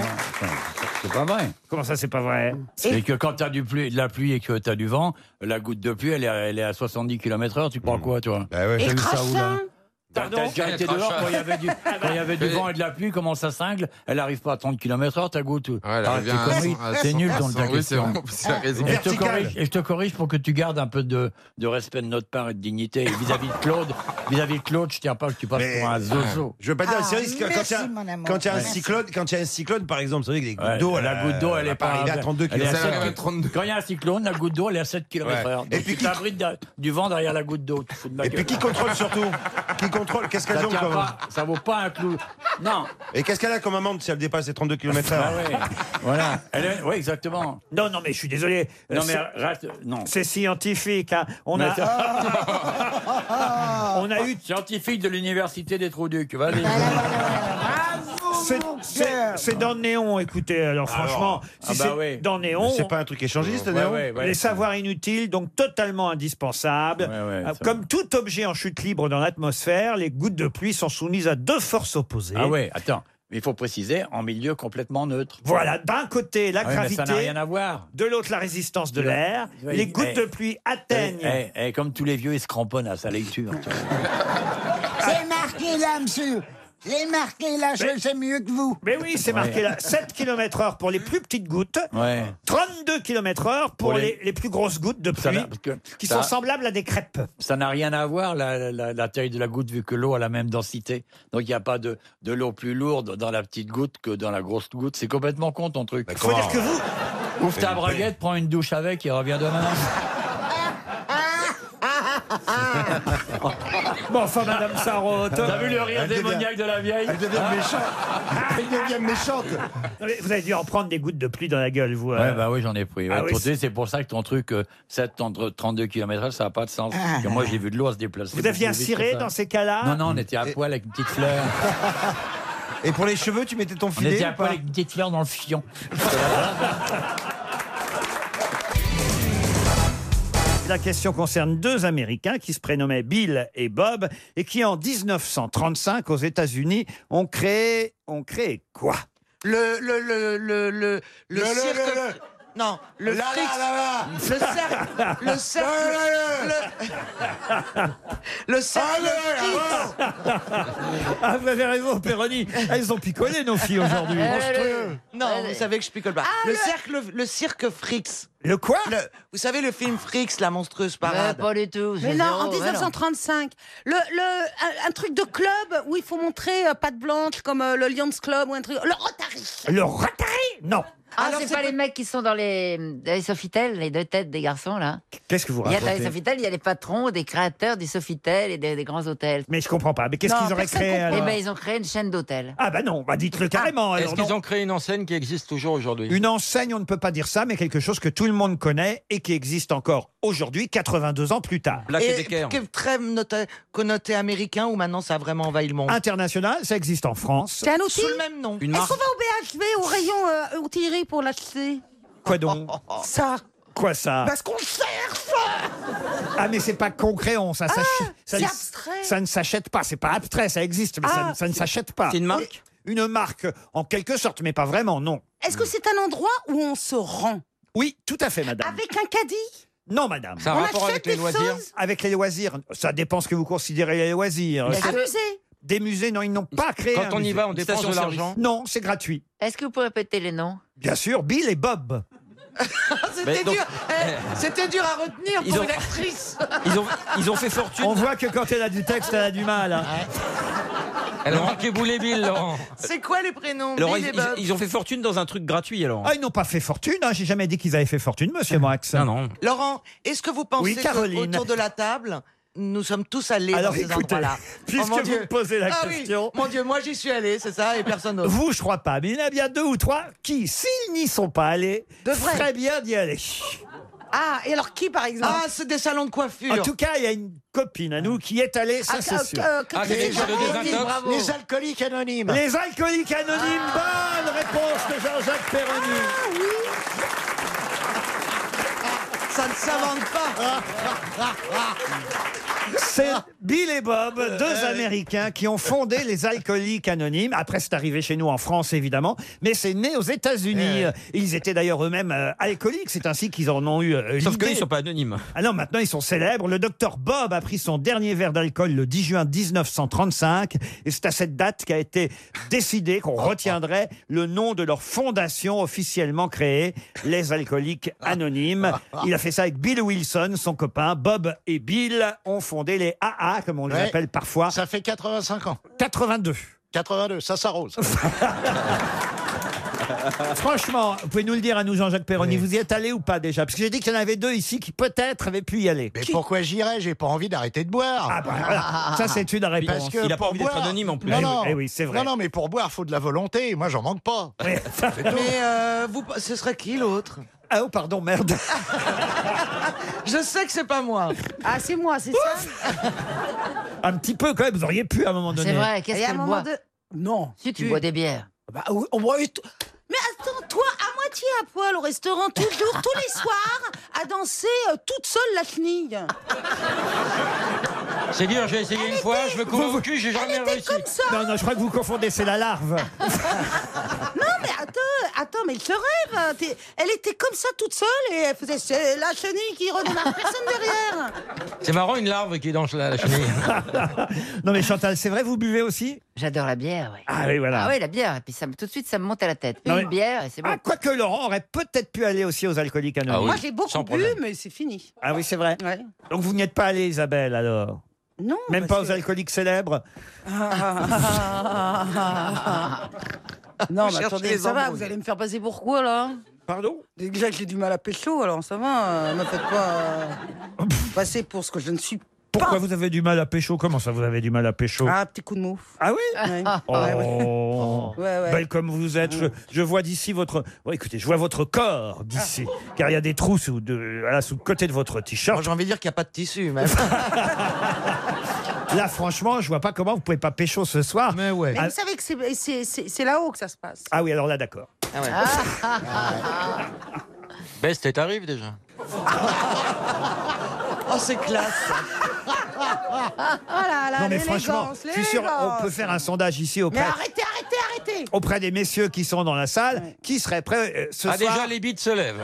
C'est pas vrai. Comment ça, c'est pas vrai C'est que quand t'as du pluie, de la pluie et que t'as du vent, la goutte de pluie, elle est, elle est à 70 km/h. Tu Hmm. prends quoi, toi Bah Et T'as vu ça où, là crachin T'as t'as Pardon déjà été Elle crache. dehors quand il y avait du, Ah quand il y avait du Elle- vent et de la pluie, comment ça cingle Elle arrive pas à 30 km/h, ta goutte. elle Arrête revient tes à conneries, 100, à T'es 100, nul dans ta à 100, oui, c'est question. vraiment- c'est la raison. Et je, te Vertical. corrige, et je te corrige pour que tu gardes un peu de, de respect de notre part et de dignité. Et Vis-à-vis de Claude, vis-à-vis de Claude, je tiens pas que tu passes Mais- euh, pour un zozo. Je veux pas dire, Ah, c'est risque quand merci, il y a- mon amour. quand il y a un Merci. cyclone, quand il y a un cyclone par exemple, c'est vrai que les Ouais, gouttes d'eau, la goutte d'eau, elle est pas arrivée à 32 elle est à km. sept- Quand il y a un cyclone, la goutte d'eau, elle est à 7 km/h. Ouais. Et puis, tu t'abrites da- du vent derrière la goutte d'eau. tu te fous de ma Et puis gueule. qui contrôle surtout Qui contrôle Qu'est-ce qu'elles Ça ont tient comme pas, Ça vaut pas un clou. Non. Et qu'est-ce qu'elle a comme amende si elle dépasse les 32 km/h Ah ouais. Voilà. Elle est- Oui, exactement. Non, non, mais je suis désolé. Non, Euh, mais c'est- reste. Non. C'est scientifique. hein. On, Mais a, on a eu Scientifique de l'université des Trous-Ducs. Vas-y. C'est- Oh, C'est c'est dans Néon, écoutez. Alors, franchement, si ah bah c'est oui. dans Néon. C'est pas un truc échangiste, Ouais, Néon ouais, ouais. Les savoirs inutiles, donc totalement indispensables. ouais, Euh, ça Comme tout objet en chute libre dans l'atmosphère, les gouttes de pluie sont soumises à deux forces opposées. Ah ouais, attends. Mais il faut préciser, en milieu complètement neutre. Voilà, d'un côté la Ah oui, mais Ça n'a gravité, rien à voir. de l'autre la résistance de Le- l'air. Oui, Les gouttes eh. de pluie Eh, atteignent. eh, eh, comme tous les vieux, ils se cramponnent à sa lecture. C'est marqué là, monsieur. J'ai marqué là, je le sais mieux que vous. Mais oui, c'est marqué là. 7 km heure pour les plus petites gouttes. 32 km heure pour, Pour les... les- les plus grosses gouttes de Ça pluie n'a- parce que qui ça- sont semblables à des crêpes. Ça n'a rien à voir, la, la- la taille de la goutte, vu que l'eau a la même densité. Donc il n'y a pas de, de l'eau plus lourde dans la petite goutte que dans la grosse goutte. C'est complètement con ton truc. Faut dire que vous. Ouvre ta braguette, prends une douche avec et reviens demain. bon, enfin, Madame Sarraute. T'as vu le rire Elle devient- démoniaque de la vieille Ah. elle devient méchante. Elle devient méchante. Non, mais Vous avez dû en prendre des gouttes de pluie dans la gueule, vous. euh. Ouais, bah oui, j'en ai pris. ouais. Ah oui, Pour- c'est pour ça que ton truc, euh, 7 entre 32 km/h, ça n'a pas de sens. Parce que moi, j'ai vu de l'eau se déplacer. Vous aviez un beaucoup vite ciré comme ça. dans ces Hmm. cas-là Ah Non, non, on était à poil avec une petite fleur. Et pour les cheveux, tu mettais ton On filet était à ou pas poil avec une petite fleur dans le fion. La question concerne deux Américains qui se prénommaient Bill et Bob et qui, en 1935, aux États-Unis, ont créé. ont créé quoi Le, le, le, le, le, le Le, le, cirque. le, le. Non, le Là, là, fric- là, là. Le cercle. Le cercle. Le, le cercle. Ah, vous avez raison, Péroni. Elles ont picolé, nos filles, aujourd'hui. Eh, Eh, Non, vous savez que je picole pas. Ah, le, cercle, le cirque Frix. Le quoi Vous savez le film Frix, la monstrueuse parade pas du tout. Mais non, en 1935, le, le- un, un truc de club où il faut montrer euh, patte blanche comme euh, le Lions Club ou un truc. Le Rotary Le Rotary Non. Ah, c'est pas les mecs qui sont dans les, dans les Sofitel, les deux têtes des garçons, là Qu'est-ce que vous Il y a dans les racontez Sofitel, il y a les patrons des créateurs du Sofitel et des, des grands hôtels. Mais je comprends pas. Mais qu'est-ce Non, qu'ils auraient personne créé comprend. alors Eh ben, ils ont créé une chaîne d'hôtels. Ah bah non, bah dites-le carrément. alors, Est-ce qu'ils non. ont créé une enseigne qui existe toujours aujourd'hui Une enseigne, on ne peut pas dire ça, mais quelque chose que tout le monde connaît et qui existe encore aujourd'hui, 82 ans plus tard. Et très nota- connoté américain où maintenant ça a vraiment envahi le monde. International, ça existe en France. C'est un outil Sous le même nom. Une Est-ce marque. qu'on va au BHV, au rayon euh, outillerie pour l'acheter Quoi donc Ça. Quoi ça Oh, Parce qu'on cherche Ah mais c'est pas concret, on, ça s'achète. ça, Ah, c'est ne- abstrait. ça ne s'achète pas, c'est pas abstrait, ça existe, mais ça Ah. ne- ça, ne s'achète pas. C'est une marque Une marque, en quelque sorte, mais pas vraiment, non. Est-ce que c'est un endroit où on se rend Oui, tout à fait, madame. Avec un caddie Non, madame. Ça a On rapport achète avec les des loisirs choses Avec les loisirs, ça dépend ce que vous considérez les loisirs. Est-ce C'est- que- Des musées, non, ils n'ont pas créé. Quand un on y musée. va, on dépense de l'argent Non, c'est gratuit. Est-ce que vous pouvez répéter les noms Bien sûr, Bill et Bob. Ah, C'était dur. Eh, C'était dur à retenir Ils pour ont- une actrice. Ils ont, fait fortune. On voit que quand elle a du texte, elle a du mal. hein. Elle a manqué boulet Bill, Laurent. C'est quoi les prénoms Laurent, Bill ils, et Bob ils- ils ont fait fortune dans un truc gratuit alors. Ah, ils n'ont pas fait fortune. Hein. J'ai jamais dit qu'ils avaient fait fortune, monsieur Max. Non, non. Laurent, est-ce que vous Oui, pensez que Caroline. autour de la table, nous sommes tous allés Alors, dans ces écoutez, endroits-là puisque mon vous Dieu. me posez la Ah oui, question. mon Dieu, moi j'y suis allé, c'est ça, et personne d'autre. Vous, je crois pas, mais il y en a bien deux ou trois qui, s'ils n'y sont pas allés, Devraient. très bien d'y aller. Ah, et alors qui par exemple Ah, c'est des salons de coiffure. En tout cas, il y a une copine à nous qui est allée, ça Ah, c'est euh, sûr. euh, que- Ah, que- Les, alcooliques- bravo. les alcooliques anonymes. Les alcooliques anonymes, bonne réponse de Jean-Jacques Perroni. Ah, Ça ne s'invente Ah. pas. C'est Bill et Bob, deux Américains qui ont fondé les Alcooliques Anonymes. Après, c'est arrivé chez nous en France, évidemment, mais c'est né aux États-Unis. Ils étaient d'ailleurs eux-mêmes euh, alcooliques. C'est ainsi qu'ils en ont eu euh, Sauf qu'ils l'idée. sont pas anonymes. Ah non, maintenant ils sont célèbres. Le docteur Bob a pris son dernier verre d'alcool le 10 juin 1935. Et c'est à cette date qu'a été décidé qu'on retiendrait le nom de leur fondation officiellement créée, les Alcooliques Anonymes. Il a fait ça avec Bill Wilson, son copain. Bob et Bill ont fondé les AA, comme on les Ouais. appelle parfois. Eh, Ça fait 85 ans. 82. 82, ça s'arrose. Franchement, vous pouvez nous le dire à nous, Jean-Jacques Perroni, vous y êtes allé ou pas déjà Parce que j'ai dit qu'il y en avait deux ici qui peut-être avaient pu y aller. Mais pourquoi j'irais J'ai pas envie d'arrêter de boire. Ah bah voilà. Ça, c'est une réponse. Parce que Il a pas pour envie d'être boire- anonyme, en plus. Non, Eh oui, non. eh oui, c'est vrai. Non, non, mais pour boire, faut de la volonté. Moi, j'en manque pas. Mais euh, vous, ce serait qui l'autre Ah oh, pardon, merde. Je sais que c'est pas moi. Ah, c'est moi, c'est ça Un petit peu quand même, vous auriez pu à un moment donné. C'est vrai, qu'est-ce Et à un qu'elle moment boit de- Non. Si tu bois des bières. Bah, oui, on boit une- Mais attends, toi, à moitié à poil au restaurant, toujours, tous les soirs, à danser euh, toute seule la chenille. C'est dur, j'ai essayé une fois, je me cours Vous- au cul, j'ai jamais réussi. Non, non, je crois que vous confondez, c'est la larve. Non, mais attends, attends, mais ce rêve, hein, t'es- elle était comme ça toute seule et elle faisait c'est la chenille qui redémarre, personne derrière. C'est marrant, une larve qui est dans la, la chenille. non mais Chantal, c'est vrai, vous buvez aussi J'adore la bière, oui. Ah oui, voilà. Ah oui, la bière. Et puis ça, me- tout de suite, ça me monte à la tête. Puis Non, une mais- bière, et c'est bon. Ah, quoique Laurent aurait peut-être pu aller aussi aux alcooliques anonymes. Moi, j'ai beaucoup bu, mais c'est fini. Ah oui, c'est vrai. Donc vous n'y êtes pas allée, Isabelle, alors Non. Même pas aux alcooliques célèbres Vous non, mais cherchez attendez, Ah. les ça va, embrouilles. vous allez me faire passer pour quoi, là Pardon Déjà que j'ai du mal à pécho, alors ça va, euh, me faites pas euh, passer pour ce que je ne suis Pourquoi vous avez du mal à pécho Comment ça, vous avez du mal à pécho pas. Un petit coup de mou. Ah oui Ouais. Oh, Ouais, ouais. Ouais, ouais. Belle comme vous êtes, je, je vois d'ici votre. Oh, écoutez, je vois votre corps d'ici, car il y a des trous sous, de, voilà, sous le côté de votre t-shirt. Ah. J'ai envie de dire qu'il n'y a pas de tissu, même. Là, franchement, je vois pas comment vous pouvez pas pécho ce soir. Mais ouais. Mais Ah, vous savez que c'est- c'est- c'est c'est là-haut que ça se passe. ah oui, alors là, d'accord. Best est arrive déjà. Oh, c'est classe. Voilà, Ah là, non, mais l'élégance, franchement, je suis sûr, on peut l'élégance. faire un sondage ici Mais auprès, arrêtez, arrêtez, arrêtez auprès des messieurs qui sont dans la salle, qui seraient prêts euh, ce ah, soir. Ah. déjà, les bites se lèvent.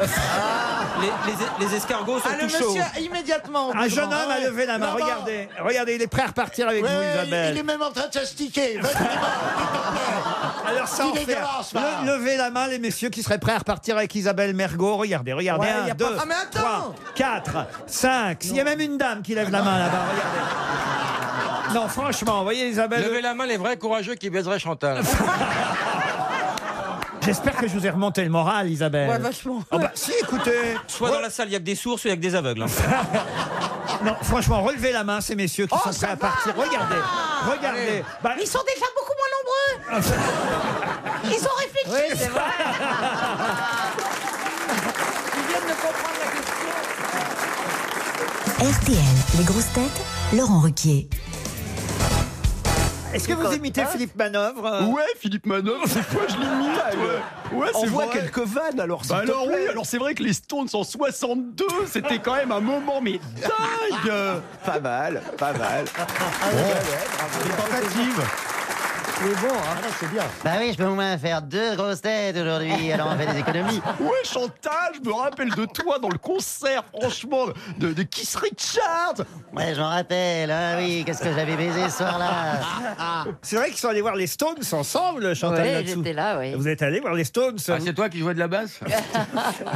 les, escargots Ah, le monsieur, immédiatement. Un jeune homme a levé la main. Maman. Regardez, regardez, il est prêt à repartir avec vous, Isabelle. Il est même en train de s'astiquer. Alors Ça, on fait- Le- levez la main, les messieurs qui seraient prêts à repartir avec Isabelle Mergot. Regardez, regardez. Ouais, un, y a pas- deux, Ah, mais attends. trois, quatre, cinq. Il y a même une dame qui lève la main là-bas. Regardez. Non, franchement, vous voyez, Isabelle. Levez la main les vrais courageux qui baiseraient Chantal. J'espère que je vous ai remonté le moral, Isabelle. Ouais, vachement. Ah bah, si, écoutez. Soit dans la salle, il y a que des sourds, soit il y a que des aveugles. hein. Non, franchement, relevez la main, ces messieurs Oh, qui sont prêts à partir. Regardez, regardez. Bah, Ils sont déjà beaucoup moins nombreux Ils ont réfléchi c'est vrai Ils viennent de comprendre la question. RTL, les grosses têtes, Laurent Ruquier. Est-ce que vous hein imitez Philippe Manœuvre euh Ouais, Philippe Manœuvre, c'est quoi je l'imite Ouais, ouais, c'est Envoie vrai. quelques vannes alors. s'il Bah te alors plaît. oui, alors c'est vrai que les Stones en 62, c'était quand même un moment mais dingue Pas mal, pas mal. C'est bon, hein C'est bien. Bah oui, je peux au moins faire deux grosses têtes aujourd'hui, alors on fait des économies. Ouais, Chantal, je me rappelle de toi dans le concert, franchement, de, de Kiss Richard Ouais, j'en rappelle, ah oui, qu'est-ce que j'avais baisé ce soir-là Ah, Ah, C'est vrai qu'ils sont allés voir les Stones ensemble, Chantal. Ouais, là-dessous. j'étais là, ouais. Vous êtes allés voir les Stones Ah, C'est toi qui jouais de la basse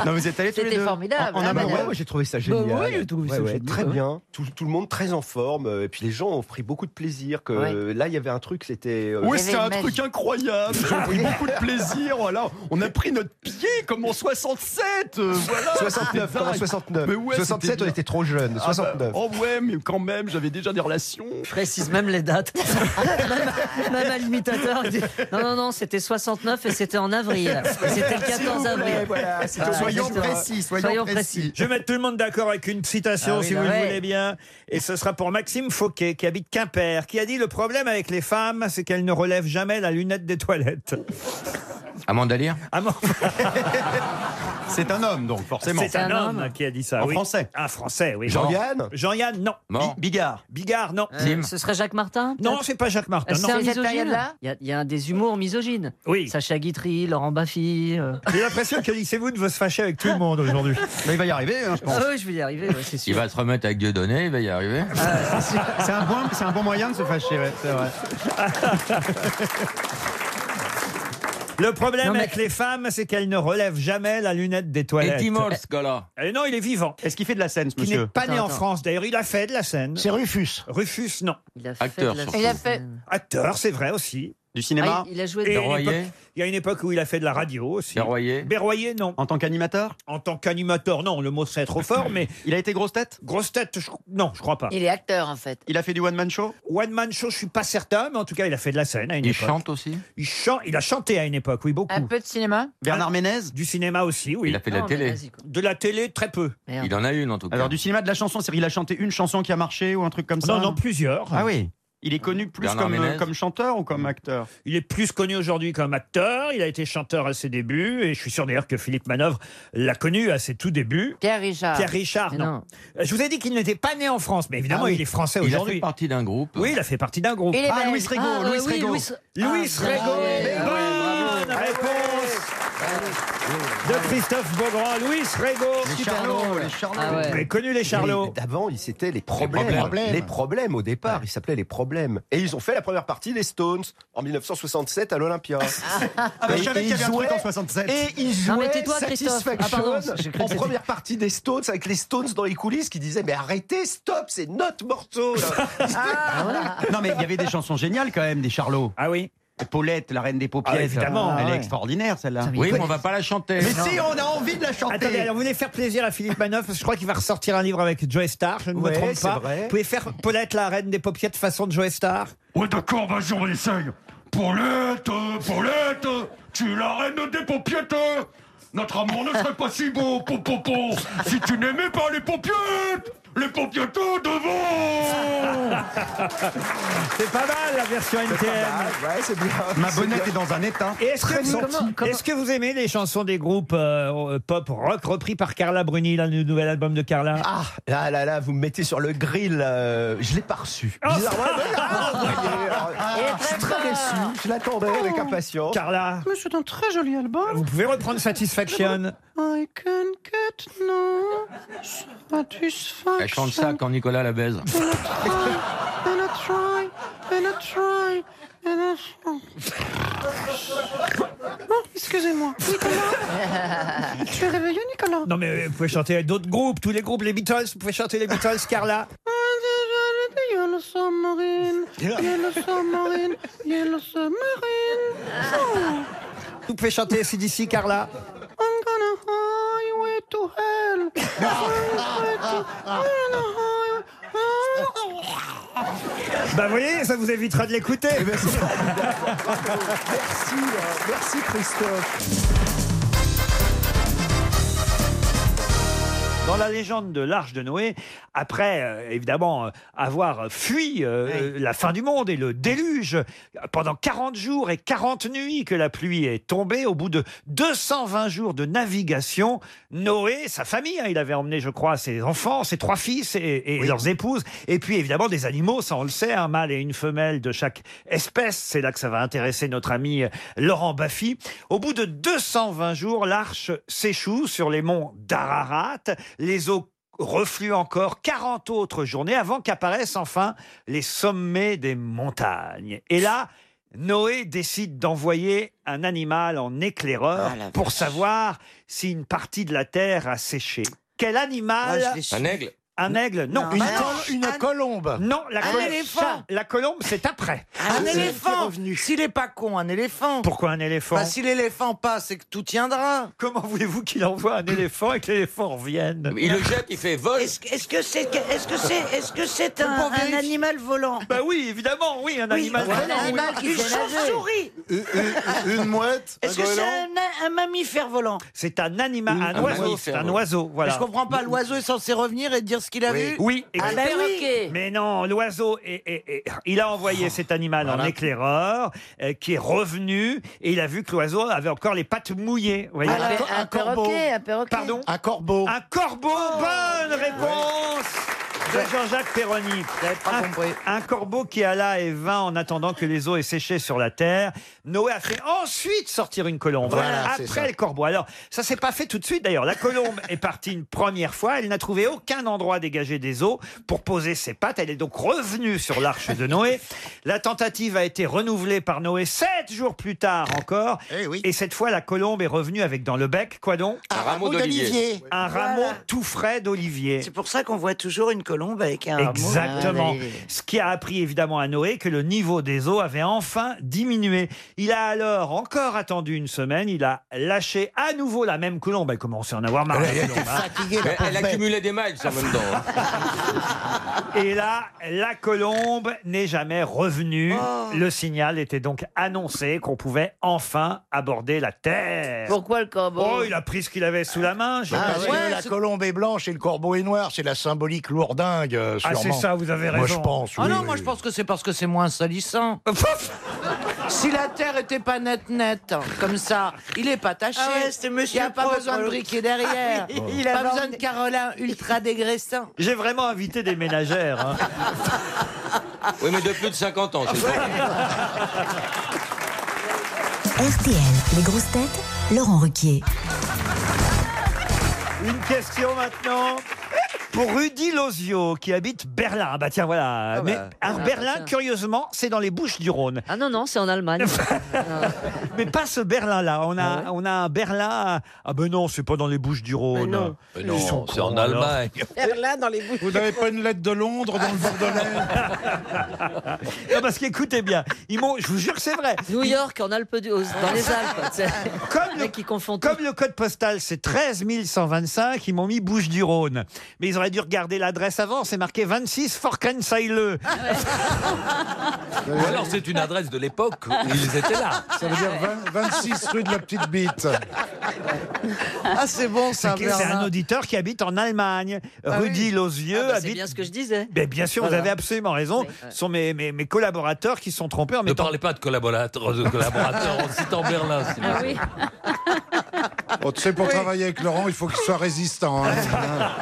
Non, vous êtes allés tous les C'était deux. formidable, En, en hein, amont. madame. Ouais, ouais, j'ai trouvé ça Bah génial. oui, j'ai trouvé ça Ouais, ouais, génial, Très ouais. bien. Tout, tout le monde très en forme. euh, Et puis les gens ont pris beaucoup de plaisir. Que Ouais. euh, là, il y avait un truc, c'était. euh, Ouais, c'était un truc incroyable, j'ai pris beaucoup de plaisir, voilà. On a pris notre pied comme en 67, euh, voilà. 69, comme en 69. Mais ouais, 67, c'était on bien. était trop jeunes, Ah bah, 69. oh ouais, mais quand même, j'avais déjà des relations. Je précise même les dates. même, même à l'imitateur. il dit, Non, non, non, c'était 69 et c'était en avril. Et euh, C'était le S'il vous 14 plaît, avril. voilà, s'il Voilà, te plaît. exactement. Je vais mettre tout le monde d'accord avec une citation, Ah oui, si là, vous ouais. le voulez bien. Et ce sera pour Maxime Fauquet, qui habite Quimper, qui a dit Le problème avec les femmes, c'est qu'elles ne relèvent jamais la lunette des toilettes. Amanda Lear C'est un homme, donc, forcément. C'est un, homme, qui a dit ça. En oui. français. Un français, oui. Jean-Yann Jean-Yann, non. Mort. Bi- Bigard. Bigard, non. Euh, ce serait Jacques Martin Non, peut-être c'est pas Jacques Martin. Euh, C'est non. un misogyne. période-là Il y a- il y, a un des humours misogynes. Oui. Sacha Guitry, Laurent Baffy. euh. J'ai l'impression que Lissez-vous ne veut se fâcher avec tout le monde aujourd'hui. Mais il va y arriver, hein, je Ah oui, je vais y arriver, ouais, c'est Il sûr. va se remettre avec Dieudonné, il va y arriver. Ah. C'est un, bon, c'est un bon moyen de se fâcher, ouais, c'est vrai. Le problème Non, mais- avec les femmes, c'est qu'elles ne relèvent jamais la lunette des toilettes. Et Timor, ce gars-là. Eh non, il est vivant. Est-ce qu'il fait de la scène, Qui n'est pas né en France, d'ailleurs. Il a fait de la scène. C'est Rufus. Rufus, non. Acteur, surtout. Il a fait- Acteur, c'est vrai aussi. Du cinéma Ah, il- il a joué de- Et une Berroyer. époque- Il y a une époque où il a fait de la radio aussi. Berroyer. Berroyer, non. En tant qu'animateur En tant qu'animateur, non. Le mot serait trop fort, mais... Il a été grosse tête Grosse tête, je- non, je crois pas. Il est acteur, en fait. Il a fait du one-man show One-man show, je suis pas certain, mais en tout cas, il a fait de la scène à une Il époque. chante aussi Il, chante, il a chanté à une époque, oui, beaucoup. Ah, Un peu de cinéma Ah, Bernard Ménez Du cinéma aussi, oui. Il a fait de la Non, mais télé. vas-y, De la télé, très peu. Il en a une, en tout cas. Alors, du cinéma, de la chanson, c'est-à-dire il a chanté une chanson qui a marché ou un truc comme ça Non, non, plusieurs. Ah oui. Il est connu plus Bernard comme, Ménez. euh, comme chanteur ou comme acteur Il est plus connu aujourd'hui comme acteur. Il a été chanteur à ses débuts. Et je suis sûr d'ailleurs que Philippe Manœuvre l'a connu à ses tout débuts. Pierre Richard. Pierre Richard, Mais non. Euh, non. Je vous ai dit qu'il n'était pas né en France, mais évidemment, Ah oui. il est français Il a aujourd'hui. fait partie d'un groupe. Oui, il a fait partie d'un groupe. Il est Ah, belge. Louis Rego, Ah, Louis oui, Rego. Louis- Louis Ah, Rego. bien. Ah ouais, Bonne réponse de Christophe Beaugrand, Louis Rego. Les Charlots, les Charlots. Vous avez connu les Charlots. D'avant, ils c'était les problèmes. Les Les problèmes, problèmes. au départ, ils s'appelaient les problèmes. Et ils ont fait la première partie des Stones en 1967 à l'Olympia. bah, je savais qu'il Et- et y avait ils un truc jouaient- en 67. Et ils Non, mais jouaient tais-toi, Christophe. Ah, Satisfaction pardon, j'ai cru en que c'était- première partie des Stones avec les Stones dans les coulisses qui disaient mais arrêtez, stop, c'est notre morceau. Ah. là. Oh Non, mais il y avait des chansons géniales quand même, des Charlots. Ah oui Paulette, la reine des paupières. Ah, évidemment. Elle Ah, est ouais. extraordinaire celle-là. Oui, mais on va pas la chanter. Mais si, on a envie de la chanter. Attendez, alors vous voulez faire plaisir à Philippe Manoff, parce que je crois qu'il va ressortir un livre avec Joe Star, je ne Ouais, me trompe c'est pas. vrai. Vous pouvez faire Paulette la reine des paupières de façon Joe Star Ouais, d'accord, vas-y, on essaye. Paulette, Paulette, tu es la reine des paupiètes. Notre amour ne serait pas si beau, popopo, si tu n'aimais pas les paupiètes. Les paupiètes devant C'est pas mal la version NTM. Ma bonnette est dans un état. Et est-ce que, Très vous, gentil. est-ce que vous aimez les chansons des groupes euh, pop rock repris par Carla Bruni, là, le nouvel album de Carla Ah, là, là, là, vous me mettez sur le grill. euh, je l'ai pas reçu. Oh, Bizarrement, mais Ah, oh là, vous voyez, alors, Ah, je suis très déçu. Je l'attendais avec impatience. Carla. Mais c'est un très joli album. Vous pouvez reprendre Satisfaction. I can get no Ah, satisfaction. Elle chante ça quand Nicolas la baise. And I try, and I try, and I Oh, excusez-moi. Nicolas Je suis réveillé, Nicolas Non mais euh, vous pouvez chanter d'autres groupes, tous les groupes, les Beatles, vous pouvez chanter les Beatles, Carla. Yellow submarine, yellow submarine, yellow submarine. Oh. Vous pouvez chanter CDC, Carla. I'm gonna highway to hell. Highway to- I'm gonna highway- Bah vous voyez, ça vous évitera de l'écouter. Eh ben, Merci, euh, merci Christophe. Dans la légende de l'Arche de Noé, après euh, évidemment euh, avoir fui euh, euh, la fin du monde et le déluge, euh, pendant 40 jours et 40 nuits que la pluie est tombée, au bout de 220 jours de navigation, Noé, sa famille, hein, il avait emmené je crois ses enfants, ses trois fils et, et leurs épouses, et puis évidemment des animaux, ça on le sait, un mâle et une femelle de chaque espèce, c'est là que ça va intéresser notre ami euh, Laurent Baffy. Au bout de 220 jours, l'arche s'échoue sur les monts d'Ararat, les eaux refluent encore 40 autres journées avant qu'apparaissent enfin les sommets des montagnes. Et là, Noé décide d'envoyer un animal en Ah, éclaireur pour savoir si une partie de la terre a séché. Quel animal Ah, je l'ai su. Un aigle Un aigle, non. Non. Une Bah non. col- colombe Non, la, Un col- éléphant. chat- la colombe, c'est après. Un Ah, C'est- éléphant. S'il est pas con, un éléphant. Pourquoi un éléphant Bah, si l'éléphant passe, c'est que tout tiendra. Comment voulez-vous qu'il envoie un éléphant et que l'éléphant revienne Il le jette, il fait vol. Est-ce que c'est est-ce que c'est est-ce que c'est On un, peut vérifier. un animal volant Bah oui, évidemment, oui, un animal Ah, un volant, oui. animal qui Une fait nager. chauve-souris. Une, mouette, Est-ce que c'est un, un mammifère volant C'est un animal, un, Un oiseau, mammifère, c'est un oui. oiseau, voilà. Mais je comprends pas, l'oiseau est censé revenir et dire ce qu'il a vu. Oui, Ah ben, bah exactement. oui. Mais non, l'oiseau, est- est- est- il a envoyé Oh. cet animal en éclaireur, euh, qui est revenu, et il a vu que l'oiseau avait encore les pattes mouillées. vous voyez. Un, per- un perroquet, un perroquet. Oh. Pardon Un corbeau. Un corbeau, bonne réponse de Jean-Jacques Perroni. un, un corbeau qui alla et vint en attendant que les eaux aient séché sur la terre. Noé a fait ensuite sortir une colombe. Voilà, c'est ça. après le corbeau. Alors, ça s'est pas fait tout de suite d'ailleurs. La colombe est partie une première fois. Elle n'a trouvé aucun endroit dégagé des eaux pour poser ses pattes. Elle est donc revenue sur l'arche de Noé. La tentative a été renouvelée par Noé sept jours plus tard encore. Eh Et, cette fois, la colombe est revenue avec dans le bec, quoi donc Un rameau d'olivier. Un Voilà. rameau tout frais d'olivier. C'est pour ça qu'on voit toujours une colombe avec un Ah, Exactement. rameau. Ce qui a appris évidemment à Noé que le niveau des eaux avait enfin diminué. Il a alors encore attendu une semaine. Il a lâché à nouveau la même colombe. Elle commençait à en avoir marre. la colombe, hein. Mais Elle accumulait des miles en même temps. hein. Et là, la colombe n'est jamais revenue. Oh. Le signal était donc annoncé qu'on pouvait enfin aborder la Terre. Pourquoi le corbeau Oh, il a pris ce qu'il avait sous la main. Ah, j'imagine. parce que la colombe est blanche et le corbeau est noir, c'est la symbolique lourdingue, euh, Ah, sûrement. c'est ça, vous avez Moi, raison. je pense. Ah oui, non, oui. moi je pense que c'est parce que c'est moins salissant. si la terre était pas nette nette, comme ça, il est pas taché. Ah ouais, c'était monsieur il n'y a pas propre, besoin de l'autre. briquet Ah derrière. oui, il pas avait besoin de emmené- Carolin ultra dégraissant. J'ai vraiment invité des ménagères. hein. Oui, mais de plus de 50 ans, c'est ça. RTL, les grosses têtes, Laurent Ruquier. Une question maintenant pour Rudy Lozio qui habite Berlin. Ah Bah tiens voilà, mais à Ah, Berlin tiens. curieusement, c'est dans les Bouches du Rhône. Ah non, non, c'est en Allemagne. Ah. mais pas ce Berlin là, on a on a un Berlin Ah ben non, c'est pas dans les Bouches du Rhône. non. Mais non, Ils sont c'est cons, en alors. Allemagne. Là, dans les bouches. Vous n'avez pas une lettre de Londres dans le Bordelais Non, parce qu'écoutez bien, ils m'ont, je vous jure que c'est vrai. New York, en Alpes, du- aux- dans les Alpes. c'est- Comme le, comme le code postal, c'est 13 125, ils m'ont mis Bouche du Rhône. Mais ils auraient dû regarder l'adresse avant, c'est marqué 26 Forkensaileux. Ou alors c'est une adresse de l'époque où ils étaient là. Ça veut dire 26 rue de la Petite Bite. Ah, c'est bon, ça, C'est c'est Bernard. un auditeur qui habite en Allemagne. Rudy Lozieux Ah bah, c'est habite. bien ce que je disais. Ben, bien sûr, Voilà. vous avez absolument raison. Ce sont mes, mes, mes collaborateurs qui se sont trompés en Ne mettant parlez pas de collaborateurs, de collaborateurs en citant Berlin. sinon. Bon, Oh, tu sais, pour travailler avec Laurent, il faut qu'il soit résistant. hein. Ah,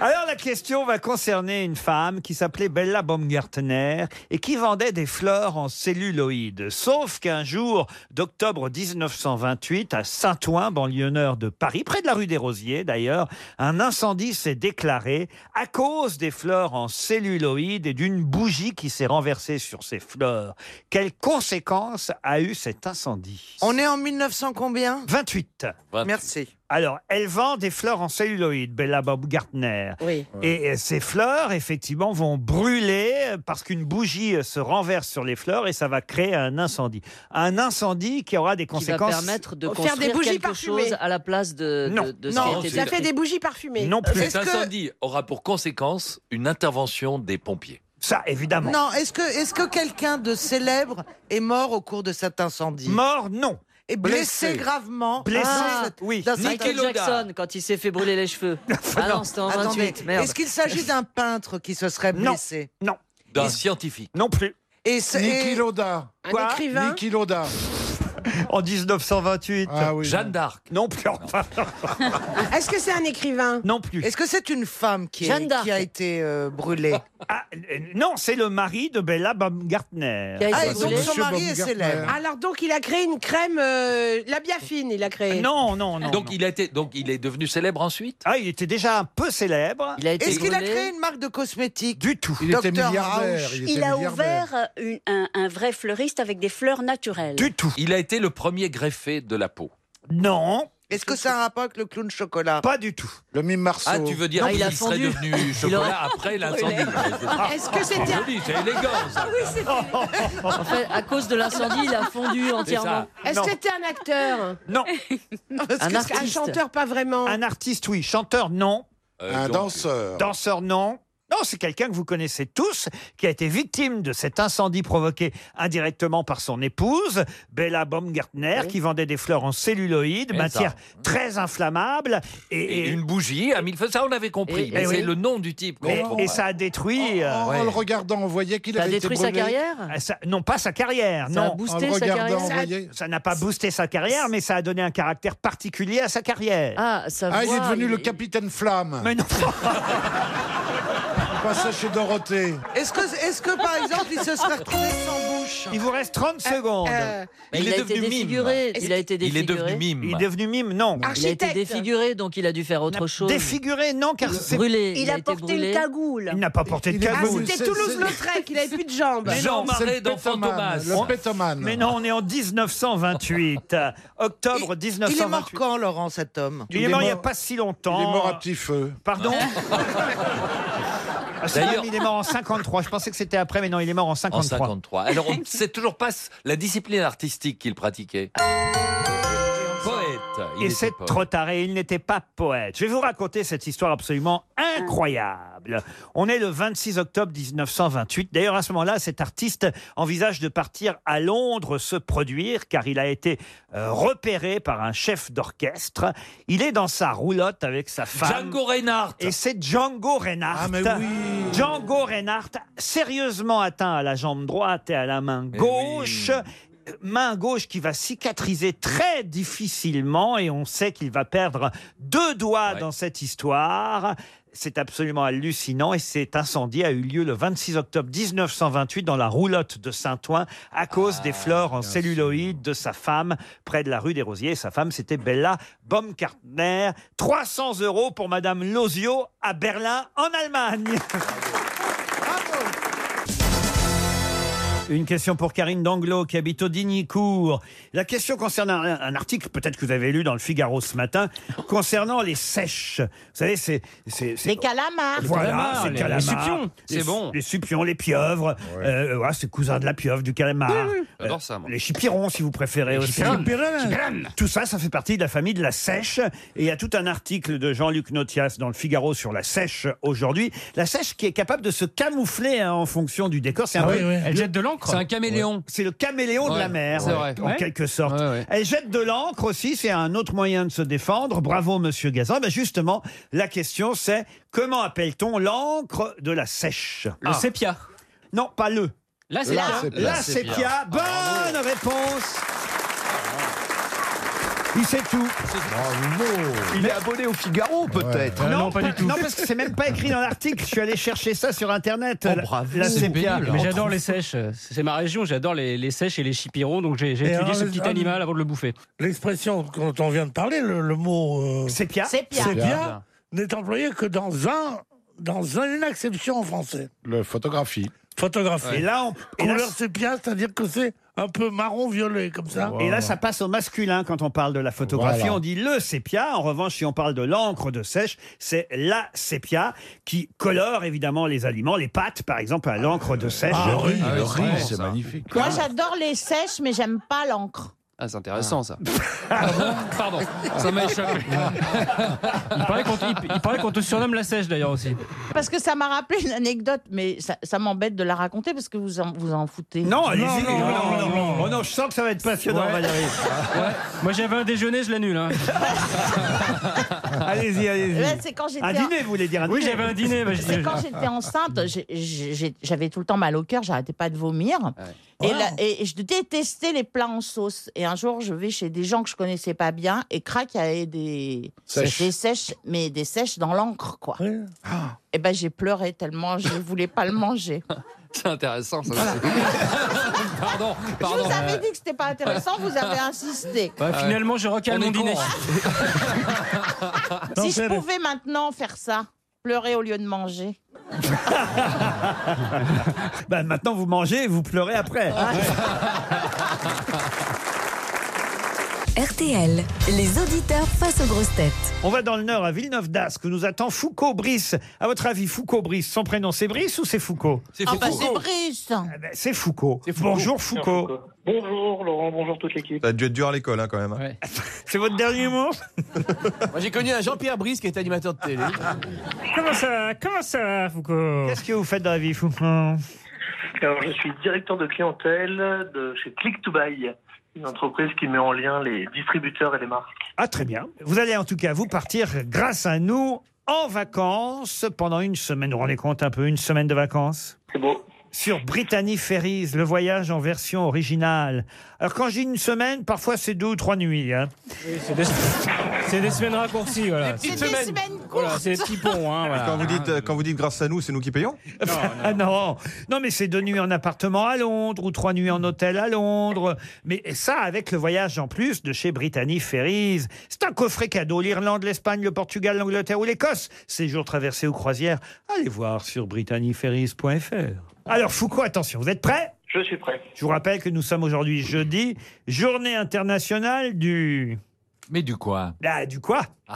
Alors la question va concerner une femme qui s'appelait Bella Baumgartner et qui vendait des fleurs en celluloïd. Sauf qu'un jour d'octobre 1928 à Saint-Ouen, banlieue nord de Paris, près de la rue des Rosiers d'ailleurs, un incendie s'est déclaré à cause des fleurs en celluloïd et d'une bougie qui s'est renversée sur ces fleurs. Quelles conséquences a eu cet incendie On est en 1900 combien 28. Merci. Alors, elle vend des fleurs en celluloïd, Bella Bob Gartner. Oui. Et euh, ces fleurs, effectivement, vont brûler euh, parce qu'une bougie euh, se renverse sur les fleurs et ça va créer un incendie. Un incendie qui aura des Qui va conséquences. permettre de Faire construire des bougies quelque parfumées. chose à la place de, de- Non. de, ce Non, qui était ça décrit. fait des bougies parfumées. Non plus. Cet incendie aura pour conséquence une intervention des pompiers. Ça, évidemment. Non, est-ce que, est que quelqu'un de célèbre est mort au cours de cet incendie Mort, non. Et blessé, gravement Blessé, Ah, oui. dans cet- Michael Jackson, quand il s'est fait brûler les cheveux. ah non, c'était en Attendez, 28, merde. Est-ce qu'il s'agit d'un peintre qui se serait blessé Non. D'un scientifique. Ah. Non plus. Et c'est- Niki Loda. Un Quoi écrivain Niki Loda. En 1928. Ah oui. Jeanne d'Arc. Non plus. enfin. Est-ce que c'est un écrivain Non plus. Est-ce que c'est une femme qui, est- Jeanne d'Arc. qui a été euh, brûlée Ah, euh, non, c'est le mari de Bella Ah, Baumgartner. Ah, et donc son mari est célèbre. Alors donc il a créé une crème, euh, la biafine il a créé. Non, non, non. Donc il, a été, donc il est devenu célèbre ensuite Ah, il était déjà un peu célèbre. Il a Est-ce qu'il a créé une marque de cosmétiques Du tout. Il était Docteur milliardaire. Raouche. Il, était Il a milliardaire. ouvert euh, une- un, un vrai fleuriste avec des fleurs naturelles. Du tout. Il a été le premier greffé de la peau. Non. Est-ce que ça a un rapport avec le clown chocolat Pas du tout. Le mime Marceau. Ah, tu veux dire Ah, il qu'il a serait fondu. devenu Il chocolat aurait- après l'incendie Ah, Est-ce que C'est c'était Ah joli, c'est élégant. ça. En fait, à cause de l'incendie, il a fondu entièrement. Est-ce Non. que c'était un acteur Non. Parce Un que c'est un artiste. chanteur pas vraiment. Un artiste, oui. Chanteur, non. Euh, Un donc, danseur. Danseur, non. Non, c'est quelqu'un que vous connaissez tous, qui a été victime de cet incendie provoqué indirectement par son épouse, Bella Baumgartner, qui vendait des fleurs en celluloïd, Et matière Eh, ça. très inflammable. Et, Et et- une bougie à mille feux, ça on avait compris. Et- eh mais et c'est oui. le nom du type. qu'on et- trouve. et ça a détruit. En, euh, Oh, en Ouais. le regardant, on voyait qu'il Ça a avait été détruit sa brûlé. carrière euh, ça- non, pas sa carrière, Ça a non. boosté en le sa regardant, carrière on voyait. Ça n'a pas boosté sa carrière, mais ça a donné un caractère particulier à sa carrière. Ah, ça Ah, il est devenu le capitaine Flamme. Mais non. Il passait chez Dorothée. Est-ce que, est que par exemple il se serait retrouvé sans bouche Il vous reste 30 secondes. Euh, Mais Ah, il, a été défiguré. Il a été Il est défiguré. devenu mime. Il est devenu mime, non. Il a été Architecte. défiguré, donc il a dû faire autre chose. Défiguré, non, car c'est- Brûlé. Il, a, été porté brûlé. une cagoule. il n'a pas porté de Il est ah, cagoule. c'était C'est- Toulouse-Lautrec, il avait plus de jambes. Jean Non, c'est Marais le dans pétomane, Fantomas. Le pétomane. Mais non, on est en 1928. Octobre Il est mort 1928. quand, Laurent, cet homme Il est mort il n'y a pas si longtemps. Il est mort à petit feu. Hein Pardon Ah, c'est D'ailleurs- même, Il est mort en 53. Je pensais que c'était après, mais non, il est mort en En 53. 53. Alors, on ne sait toujours pas la discipline artistique qu'il pratiquait. Poète. il Et était c'est poète. trop tard, et il n'était pas poète. Je vais vous raconter cette histoire absolument incroyable. On est le 26 octobre 1928. D'ailleurs, à ce moment-là, cet artiste envisage de partir à Londres se produire, car il a été euh, repéré par un chef d'orchestre. Il est dans sa roulotte avec sa femme. Django Reinhardt. Et c'est Django Reinhardt. Ah, mais oui. Django Reinhardt, sérieusement atteint à la jambe droite et à la main Eh gauche. Euh, main gauche qui va cicatriser très difficilement et on sait qu'il va perdre deux doigts dans cette histoire. C'est absolument hallucinant et cet incendie a eu lieu le 26 octobre 1928 dans la roulotte de Saint-Ouen à cause des fleurs en celluloïde de sa femme près de la rue des Rosiers. Et Sa femme, c'était Bella Baumgartner. 300 euros pour Madame Lozio à Berlin en Allemagne. Une question pour Karine Danglot qui habite Audignicourt. La question concerne un, un article, peut-être que vous avez lu dans le Figaro ce matin, concernant les sèches. Vous savez, c'est. c'est- c'est- Les calamars. Voilà, c'est Les calamars. supions, Les- c'est bon. Les supions, les pieuvres. Euh, ouais, c'est cousin de la pieuvre, du Ah. calamar. J'adore ça, moi. Les chipirons, si vous préférez aussi. chipirones. Chipirones. Tout ça, ça fait partie de la famille de la sèche. Et il y a tout un article de Jean-Luc Notias dans le Figaro sur la sèche aujourd'hui. La sèche qui est capable de se camoufler hein, en fonction du décor. C'est un Ah peu- oui, oui. Elle jette de l'encre. C'est un caméléon. Ouais. C'est le caméléon de Ouais, la mer, c'est vrai. en Ouais. quelque sorte. Elle jette de l'encre aussi, c'est un autre moyen de se défendre. Bravo, monsieur Gazan. Ben justement, la question c'est comment appelle-t-on l'encre de la sèche Ah. Le sépia. Non, pas le. La sépia. La sépia. La sépia. Bonne réponse. Il sait tout. Oh, Il est abonné au Figaro, peut-être. Euh, non, non, parce que c'est même pas écrit dans l'article. Je suis allé chercher ça sur Internet. Oh, la- bravo. la C'est sépia. pénible, hein. Mais j'adore les sèches. euh, C'est ma région. J'adore les, les sèches et les chipirons. Donc j'ai j'ai Et étudié alors, ce les- petit ah, animal avant de le bouffer. L'expression dont on vient de parler, le, le mot. euh, Sépia. Sépia. Sépia. n'est employé que dans un, dans un- une acception en français. Le photographie. Photographie. Et là, on- et là- Couleur sépia, c'est-à-dire que c'est un peu marron-violet, comme ça. Et là, ça passe au masculin quand on parle de la photographie. Voilà. On dit le sépia. En revanche, si on parle de l'encre de sèche, c'est la sépia qui colore évidemment les aliments, les pâtes par exemple à l'encre de sèche. Ah, le riz, Ah, le oui, riz, c'est vrai, c'est ça. magnifique. Moi, j'adore les sèches, mais j'aime pas l'encre. Ah, c'est intéressant ça. Ah Pardon, ça m'a échappé. il paraît qu'on te, il- il paraît qu'on te surnomme la sèche d'ailleurs aussi. Parce que ça m'a rappelé une anecdote, mais ça, ça m'embête de la raconter parce que vous en, vous en foutez. Non, allez-y. Non, non, non, non. Oh non, je sens que ça va être passionnant, Ouais. Valérie. Ouais. Moi j'avais un déjeuner, je l'annule. hein. Allez-y, allez-y. Là, c'est quand j'étais Un en- dîner, vous voulez dire un Oui, dîner j'avais un dîner, bah, je C'est dis- quand j'étais enceinte, j'ai- j'ai- j'avais tout le temps mal au cœur, j'arrêtais pas de vomir. Et, là- et- et je détestais les plats en sauce. Et un jour, je vais chez des gens que je connaissais pas bien et crac, il y avait des Sèches. des sèches, mais des sèches dans l'encre, quoi. Et ben j'ai pleuré tellement je voulais pas le manger. C'est intéressant ça. aussi. pardon, Je pardon. vous avais dit que c'était pas intéressant, vous avez insisté. Bah, Euh, finalement, je recale mon dîner. hein. si je pouvais maintenant faire ça, pleurer au lieu de manger. Bah, maintenant, vous mangez et vous pleurez après. RTL, les auditeurs face aux grosses têtes. On va dans le Nord, à Villeneuve d'Ascq, où nous attend Foucault Brice. À votre avis, Foucault Brice, son prénom c'est Brice ou c'est Foucault Ah bah c'est Brice. Ben, C'est Foucault. Bonjour Foucault. Bonjour Laurent, bonjour toute l'équipe. Ça a dû être dur à l'école, hein, quand même. hein. C'est votre dernier mot Moi, j'ai connu un Jean-Pierre Brice qui est animateur de télé. Comment ça va Comment ça va, Foucault Qu'est-ce que vous faites dans la vie, Foucault Alors, je suis directeur de clientèle de chez Click to Buy, une entreprise qui met en lien les distributeurs et les marques. Ah, très bien. Vous allez en tout cas vous partir, grâce à nous, en vacances pendant une semaine. Vous vous rendez compte un peu, une semaine de vacances C'est beau. Sur Brittany Ferries, le voyage en version originale. Alors, quand je dis une semaine, parfois c'est deux ou trois nuits. hein. C'est des, c'est des semaines raccourcies, voilà. C'est des semaines, courtes. Voilà, c'est des petits ponts, hein, voilà. Quand, vous dites, euh, quand vous dites grâce à nous, c'est nous qui payons Ah non, non, mais c'est deux nuits en appartement à Londres ou trois nuits en hôtel à Londres. Mais ça, avec le voyage en plus de chez Brittany Ferries, c'est un coffret cadeau. L'Irlande, l'Espagne, le Portugal, l'Angleterre ou l'Écosse. Séjour traversé ou croisière. Allez voir sur brittanyferries.fr. Alors Foucault, attention, vous êtes prêts Je suis prêt. Je vous rappelle que nous sommes aujourd'hui jeudi, journée internationale du... Mais du quoi Ah, du quoi Ah,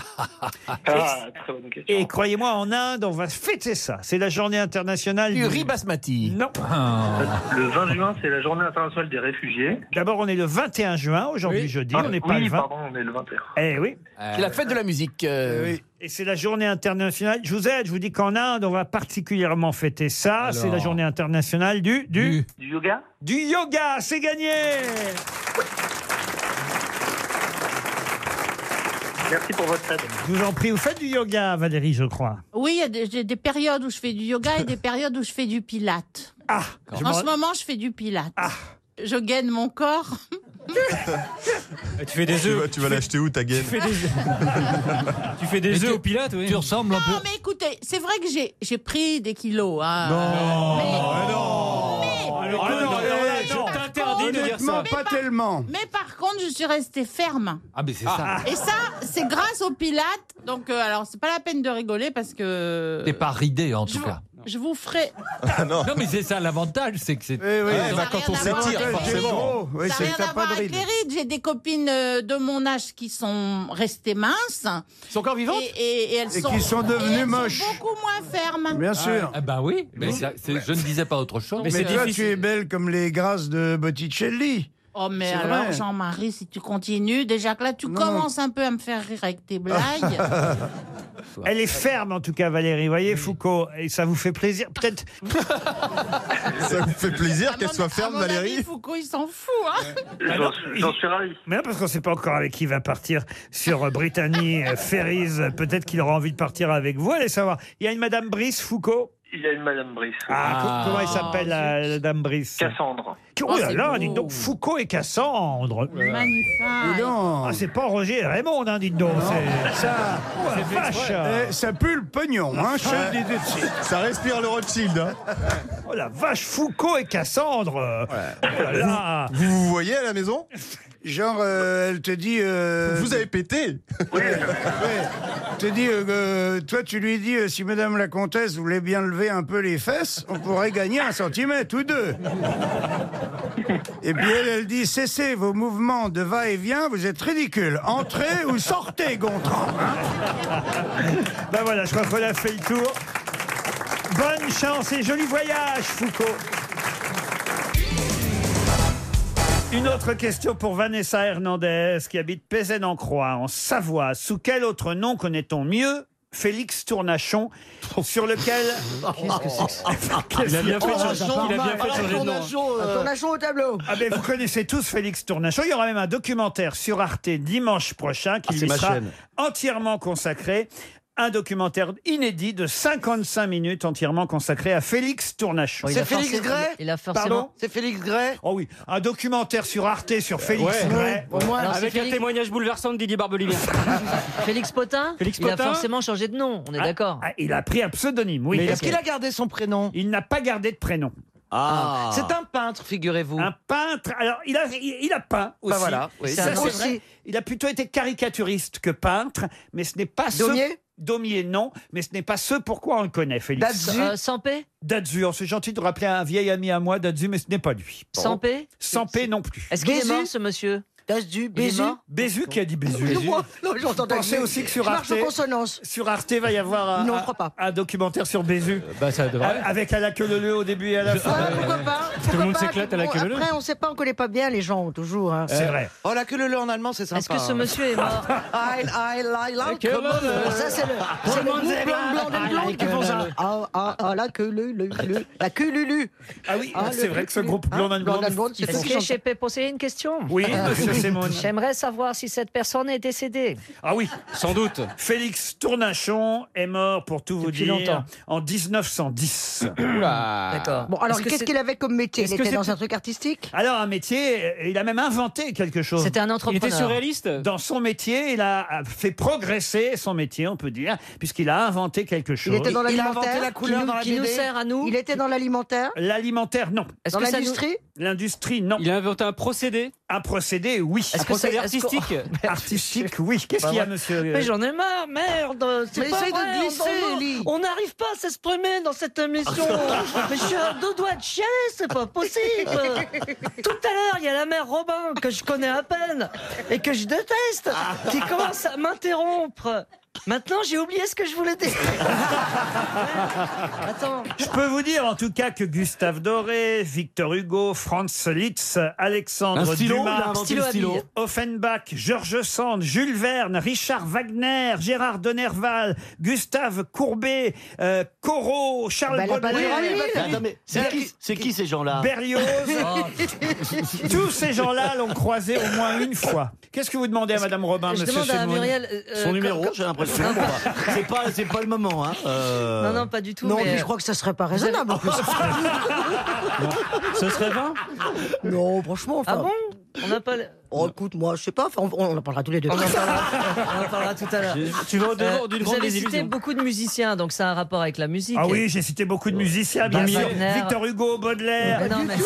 très bonne question. Et croyez-moi, en Inde, on va fêter ça. C'est la journée internationale Du riz basmati. Non. Ah. Le 20 juin, c'est la journée internationale des réfugiés. D'abord, on est le 21 juin, aujourd'hui jeudi, Ah, on n'est pas oui, le 20. pardon, on est le 21. Eh oui. Eh C'est la fête de la musique. euh. Oui. Et c'est la journée internationale. Je vous aide, je vous dis qu'en Inde, on va particulièrement fêter ça. C'est la journée internationale du. Du, Du yoga du yoga, c'est gagné Merci pour votre aide. Je vous en prie, vous faites du yoga, Valérie, je crois. Oui, il y a des, j'ai des périodes où je fais du yoga et des périodes où je fais du pilate. Ah, je en m'en- ce moment, je fais du pilate. je gaine mon corps. Ah, Tu fais des œufs. Tu vas l'acheter où ta gaine Tu fais des œufs au pilote, oui. Tu ressembles un Non, mais écoutez, c'est vrai que j'ai- j'ai pris des kilos. hein. Alors, ah non, alors là, non. par t'interdis de dire contre- ça. mais Pas par- tellement. Mais par contre, je suis restée ferme. Ah, mais c'est Ah. Et ça, c'est grâce aux Pilates. Donc, euh, alors, c'est pas la peine de rigoler parce que T'es pas ridé, en tout cas. je vous ferai. non. mais c'est ça l'avantage, c'est que c'est. oui, Ah, ça bah, a quand rien on à voir s'étire, avec le forcément. gros. ça n'a rien à voir avec les rides. J'ai des copines euh, de mon âge qui sont restées minces. Qui sont encore vivantes Et, et elles Et sont, qui sont devenues et elles moches. Sont beaucoup moins fermes. Ah, ben oui, mais ça- c'est- je ne disais pas autre chose. Mais, toi, tu es belle comme les grâces de Botticelli. Oh, mais C'est alors, vrai. Jean-Marie, si tu continues, déjà que là, tu commences un peu à me faire rire avec tes blagues. Elle est ferme en tout cas, Valérie. Vous voyez, Foucault, et ça vous fait plaisir. Peut-être. ça vous fait plaisir qu'elle soit À mon avis, Foucault, il s'en fout. Hein J'en suis ravi. Mais non, parce qu'on ne sait pas encore avec qui va partir sur euh, Brittany euh, Ferries. Euh, Peut-être qu'il aura envie de partir avec vous. Allez savoir. Il y a une Madame Brice Foucault. Il y a une Madame Brice. Ah, co- Comment elle s'appelle, la, la Dame Brice Cassandre. Oh là là, dites donc, Foucault et Cassandre. Magnifique. Ah, c'est pas Roger et Raymond, hein, dites donc. c'est- Ça, Oh, la vache. Ah, Eh, ça pue le pognon, hein, je te le dis tout de suite. Ça respire le Rothschild. hein. Oh la vache, Foucault et Cassandre. Oh là là. Vous vous voyez à la maison Genre, euh, elle te dit. Vous avez pété Te dit, euh, euh, toi, tu lui dis, euh, si Madame la Comtesse voulait bien lever un peu les fesses, on pourrait gagner un centimètre ou deux. Et puis elle, elle dit, cessez vos mouvements de va-et-vient, vous êtes ridicule. Entrez ou sortez, Gontran. Ben voilà, je crois qu'on a fait le tour. Bonne chance et joli voyage, Foucault. Une autre question pour Vanessa Hernandez, qui habite Pézen-en-Croix, en Savoie. Sous quel autre nom connaît-on mieux Félix Tournachon, sur lequel... Il a bien fait de changer- il a bien fait de changer de nom. hein. Un tournachon au tableau. Ah ben vous connaissez tous Félix Tournachon. Il y aura même un documentaire sur Arte dimanche prochain qui Ah, c'est lui ma sera chaîne. entièrement consacré. Un documentaire inédit de 55 minutes entièrement consacré à Félix Tournachon. Oh, il a C'est Félix forcément- Gray il a forcément- Pardon C'est Félix Gray Oh oui, un documentaire sur Arte sur Félix Ouais. Gray. Ouais. Ouais. Alors, Avec c'est un Félix- témoignage bouleversant de Didier Barbelivien. Félix Potin Félix Il a Potin forcément changé de nom, on est Ah, d'accord. ah, il a pris un pseudonyme, oui. Mais est-ce qu'il a gardé son prénom Il n'a pas gardé de prénom. Ah. C'est un peintre, figurez-vous. Un peintre. Alors, il a, il, il a peint aussi. Bah voilà, oui, Ça, c'est un c'est aussi. vrai. Il a plutôt été caricaturiste que peintre, mais ce n'est pas ce... Daumier Daumier, non, mais ce n'est pas ce pourquoi on le connaît, Félix. Dazu Euh, Sampé Dazu, oh, c'est gentil de rappeler un vieil ami à moi, Dazu, mais ce n'est pas lui. Sampé Sampé non plus. Est-ce qu'il est mort, ce monsieur Dazu, Bézu Bézu qui a dit Bézu. j'entendais Pensez Bézu. aussi que sur Je Arte, marche en sur Arte va y avoir un, Non, je un- un documentaire sur Bézu. Euh, Ben, A- Avec à la queue leu au début et à la fin. Ah, pourquoi pas Tout le monde Pourquoi pas, s'éclate à la bon, queue leu. Après, on sait pas, on connaît pas bien les gens, toujours. hein. Euh, C'est vrai. Oh, la queue leu en allemand, c'est sympa. Est-ce hein. que ce monsieur est mort I, I, I like queue leu. euh, Ça, c'est le, Tout c'est le le monde groupe sait blanc, bien. blanc, I des blondes like qui queue font ça. leu. Ah, ah, ah, la queue leu, leu, leu, la queue lulu. Ah oui, Ah, c'est le- vrai que ce le- groupe hein, Blonde and Blonde, ils font Blonde ce and Est-ce qu'ils que chantent. je peux poser une question Oui, monsieur Simone. J'aimerais savoir si cette personne est décédée. Ah oui, sans doute. Félix Tournachon est mort, pour tout vous Depuis dire, longtemps. en 1910. Bon, alors, qu'est-ce qu'il avait comme métier Il Est-ce que était c'est- dans un truc artistique Alors, un métier, euh, il a même inventé quelque chose. C'était un entrepreneur. Il était surréaliste Dans son métier, il a a fait progresser son métier, on peut dire, puisqu'il a inventé quelque chose. Il était dans l'alimentaire qui nous- qui nous sert à nous. Il était dans l'alimentaire L'alimentaire, non. Est-ce Dans que ça nous- l'industrie L'industrie, non. Il a inventé un procédé Un procédé, oui. Est-ce Un que procédé c'est- est-ce qu'on- artistique Artistique, oui. Qu'est-ce Bah qu'il y a, ouais. monsieur euh, Mais j'en ai marre, merde c'est Mais pas essaye de vrai, glisser, on- on- Ellie. On n'arrive pas à s'exprimer dans cette émission Mais je suis à deux doigts de chialer, c'est pas possible Tout à l'heure, il y a la mère Robin, que je connais à peine, et que je déteste, qui Ah. commence à m'interrompre Maintenant, j'ai oublié ce que je voulais dire Attends Je peux vous dire en tout cas que Gustave Doré, Victor Hugo, Franz Liszt, Alexandre Un stylo, il a Dumas, inventé Stylo le stylo. à billes. Offenbach, Georges Sand, Jules Verne, Richard Wagner, Gérard Denerval, Gustave Courbet, euh, Corot, Charles Bah, elle a pas Baudelaire, dit oui, oui, oui. Attends, mais c'est qui- c'est qui ces gens-là Berlioz. Oh. Tous ces gens-là l'ont croisé au moins une fois. Qu'est-ce que vous demandez à Madame Robin, Je Monsieur demande à Semoun Muriel... euh, euh, co- co- Non, bon, bah, c'est pas, c'est pas le moment. Hein. Euh, Non, non, pas du tout. Non, mais, puis je euh, crois que ça serait pas raisonnable. en plus. Ce serait vain Non, franchement. Ah bon On n'a pas. Oh, écoute, moi, je sais pas. enfin, on, on en parlera tous les deux. On en parlera tout à l'heure. Euh, Je- tu vas au-devant d'une Vous grande avez cité désillusion. beaucoup de musiciens, donc ça a un rapport avec la musique. Ah oui, j'ai cité beaucoup de musiciens, bien Bah, sûr. Wagner. Victor Hugo, Baudelaire, Mais non, mais- J'ai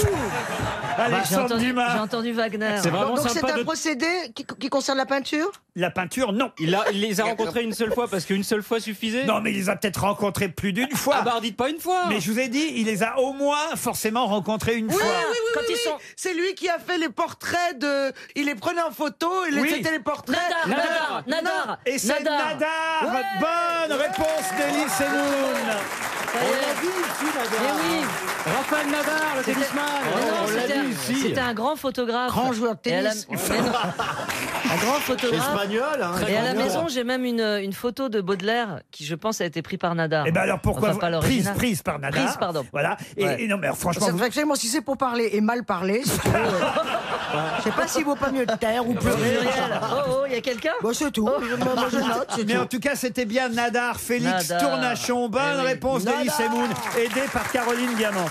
Ah, Alexandre entendu- Dumas. J'ai entendu Wagner. C'est vraiment Donc, c'est sympa un de- procédé qui, qui concerne la peinture La peinture, non. Il, a- il les a rencontrés une seule fois parce qu'une seule fois suffisait. Non, mais il les a peut-être rencontrés plus d'une fois. Ah bah, dites pas une fois. Mais je vous ai dit, il les a au moins forcément rencontrés une Oui, fois. oui, oui, oui, oui. C'est lui qui a fait les portraits de. Il les prenait en photo, il Oui. les c'était les portraits. Nadar, Nadar, Nadar, Non. Et c'est Nadar. Nadar. Bonne réponse d'Elie Senoun. Mais Eh oui. Raphaël Nadar, le C'était- tennisman. Mais non, Oh, on l'a c'était un- dit ici. C'était un grand photographe. Grand joueur de Et à la- tennis. Mais non. Un grand photographe. Espagnol, hein, Et à la espagnol. maison, j'ai même une, une photo de Baudelaire qui, je pense, a été prise par Nadar. Et ben alors pourquoi Enfin, pas vous- prise l'original. prise par Nadar Prise, pardon. Voilà. Et, Ouais. et non mais alors, Ah, franchement, C'est vous- vrai que moi, si c'est pour parler et mal parler, si tu veux, euh, je sais pas s'il vaut pas mieux taire ou pleurer. Muriel, Oh, oh, il y a quelqu'un Bon, c'est tout. Oh, Je- moi, je note, c'est mais tout. en tout cas, c'était bien Nadar, Félix Nadar. Tournachon. Bonne Eh oui. réponse d'Elie Nadar. Semoun, aidée par Caroline Diamant.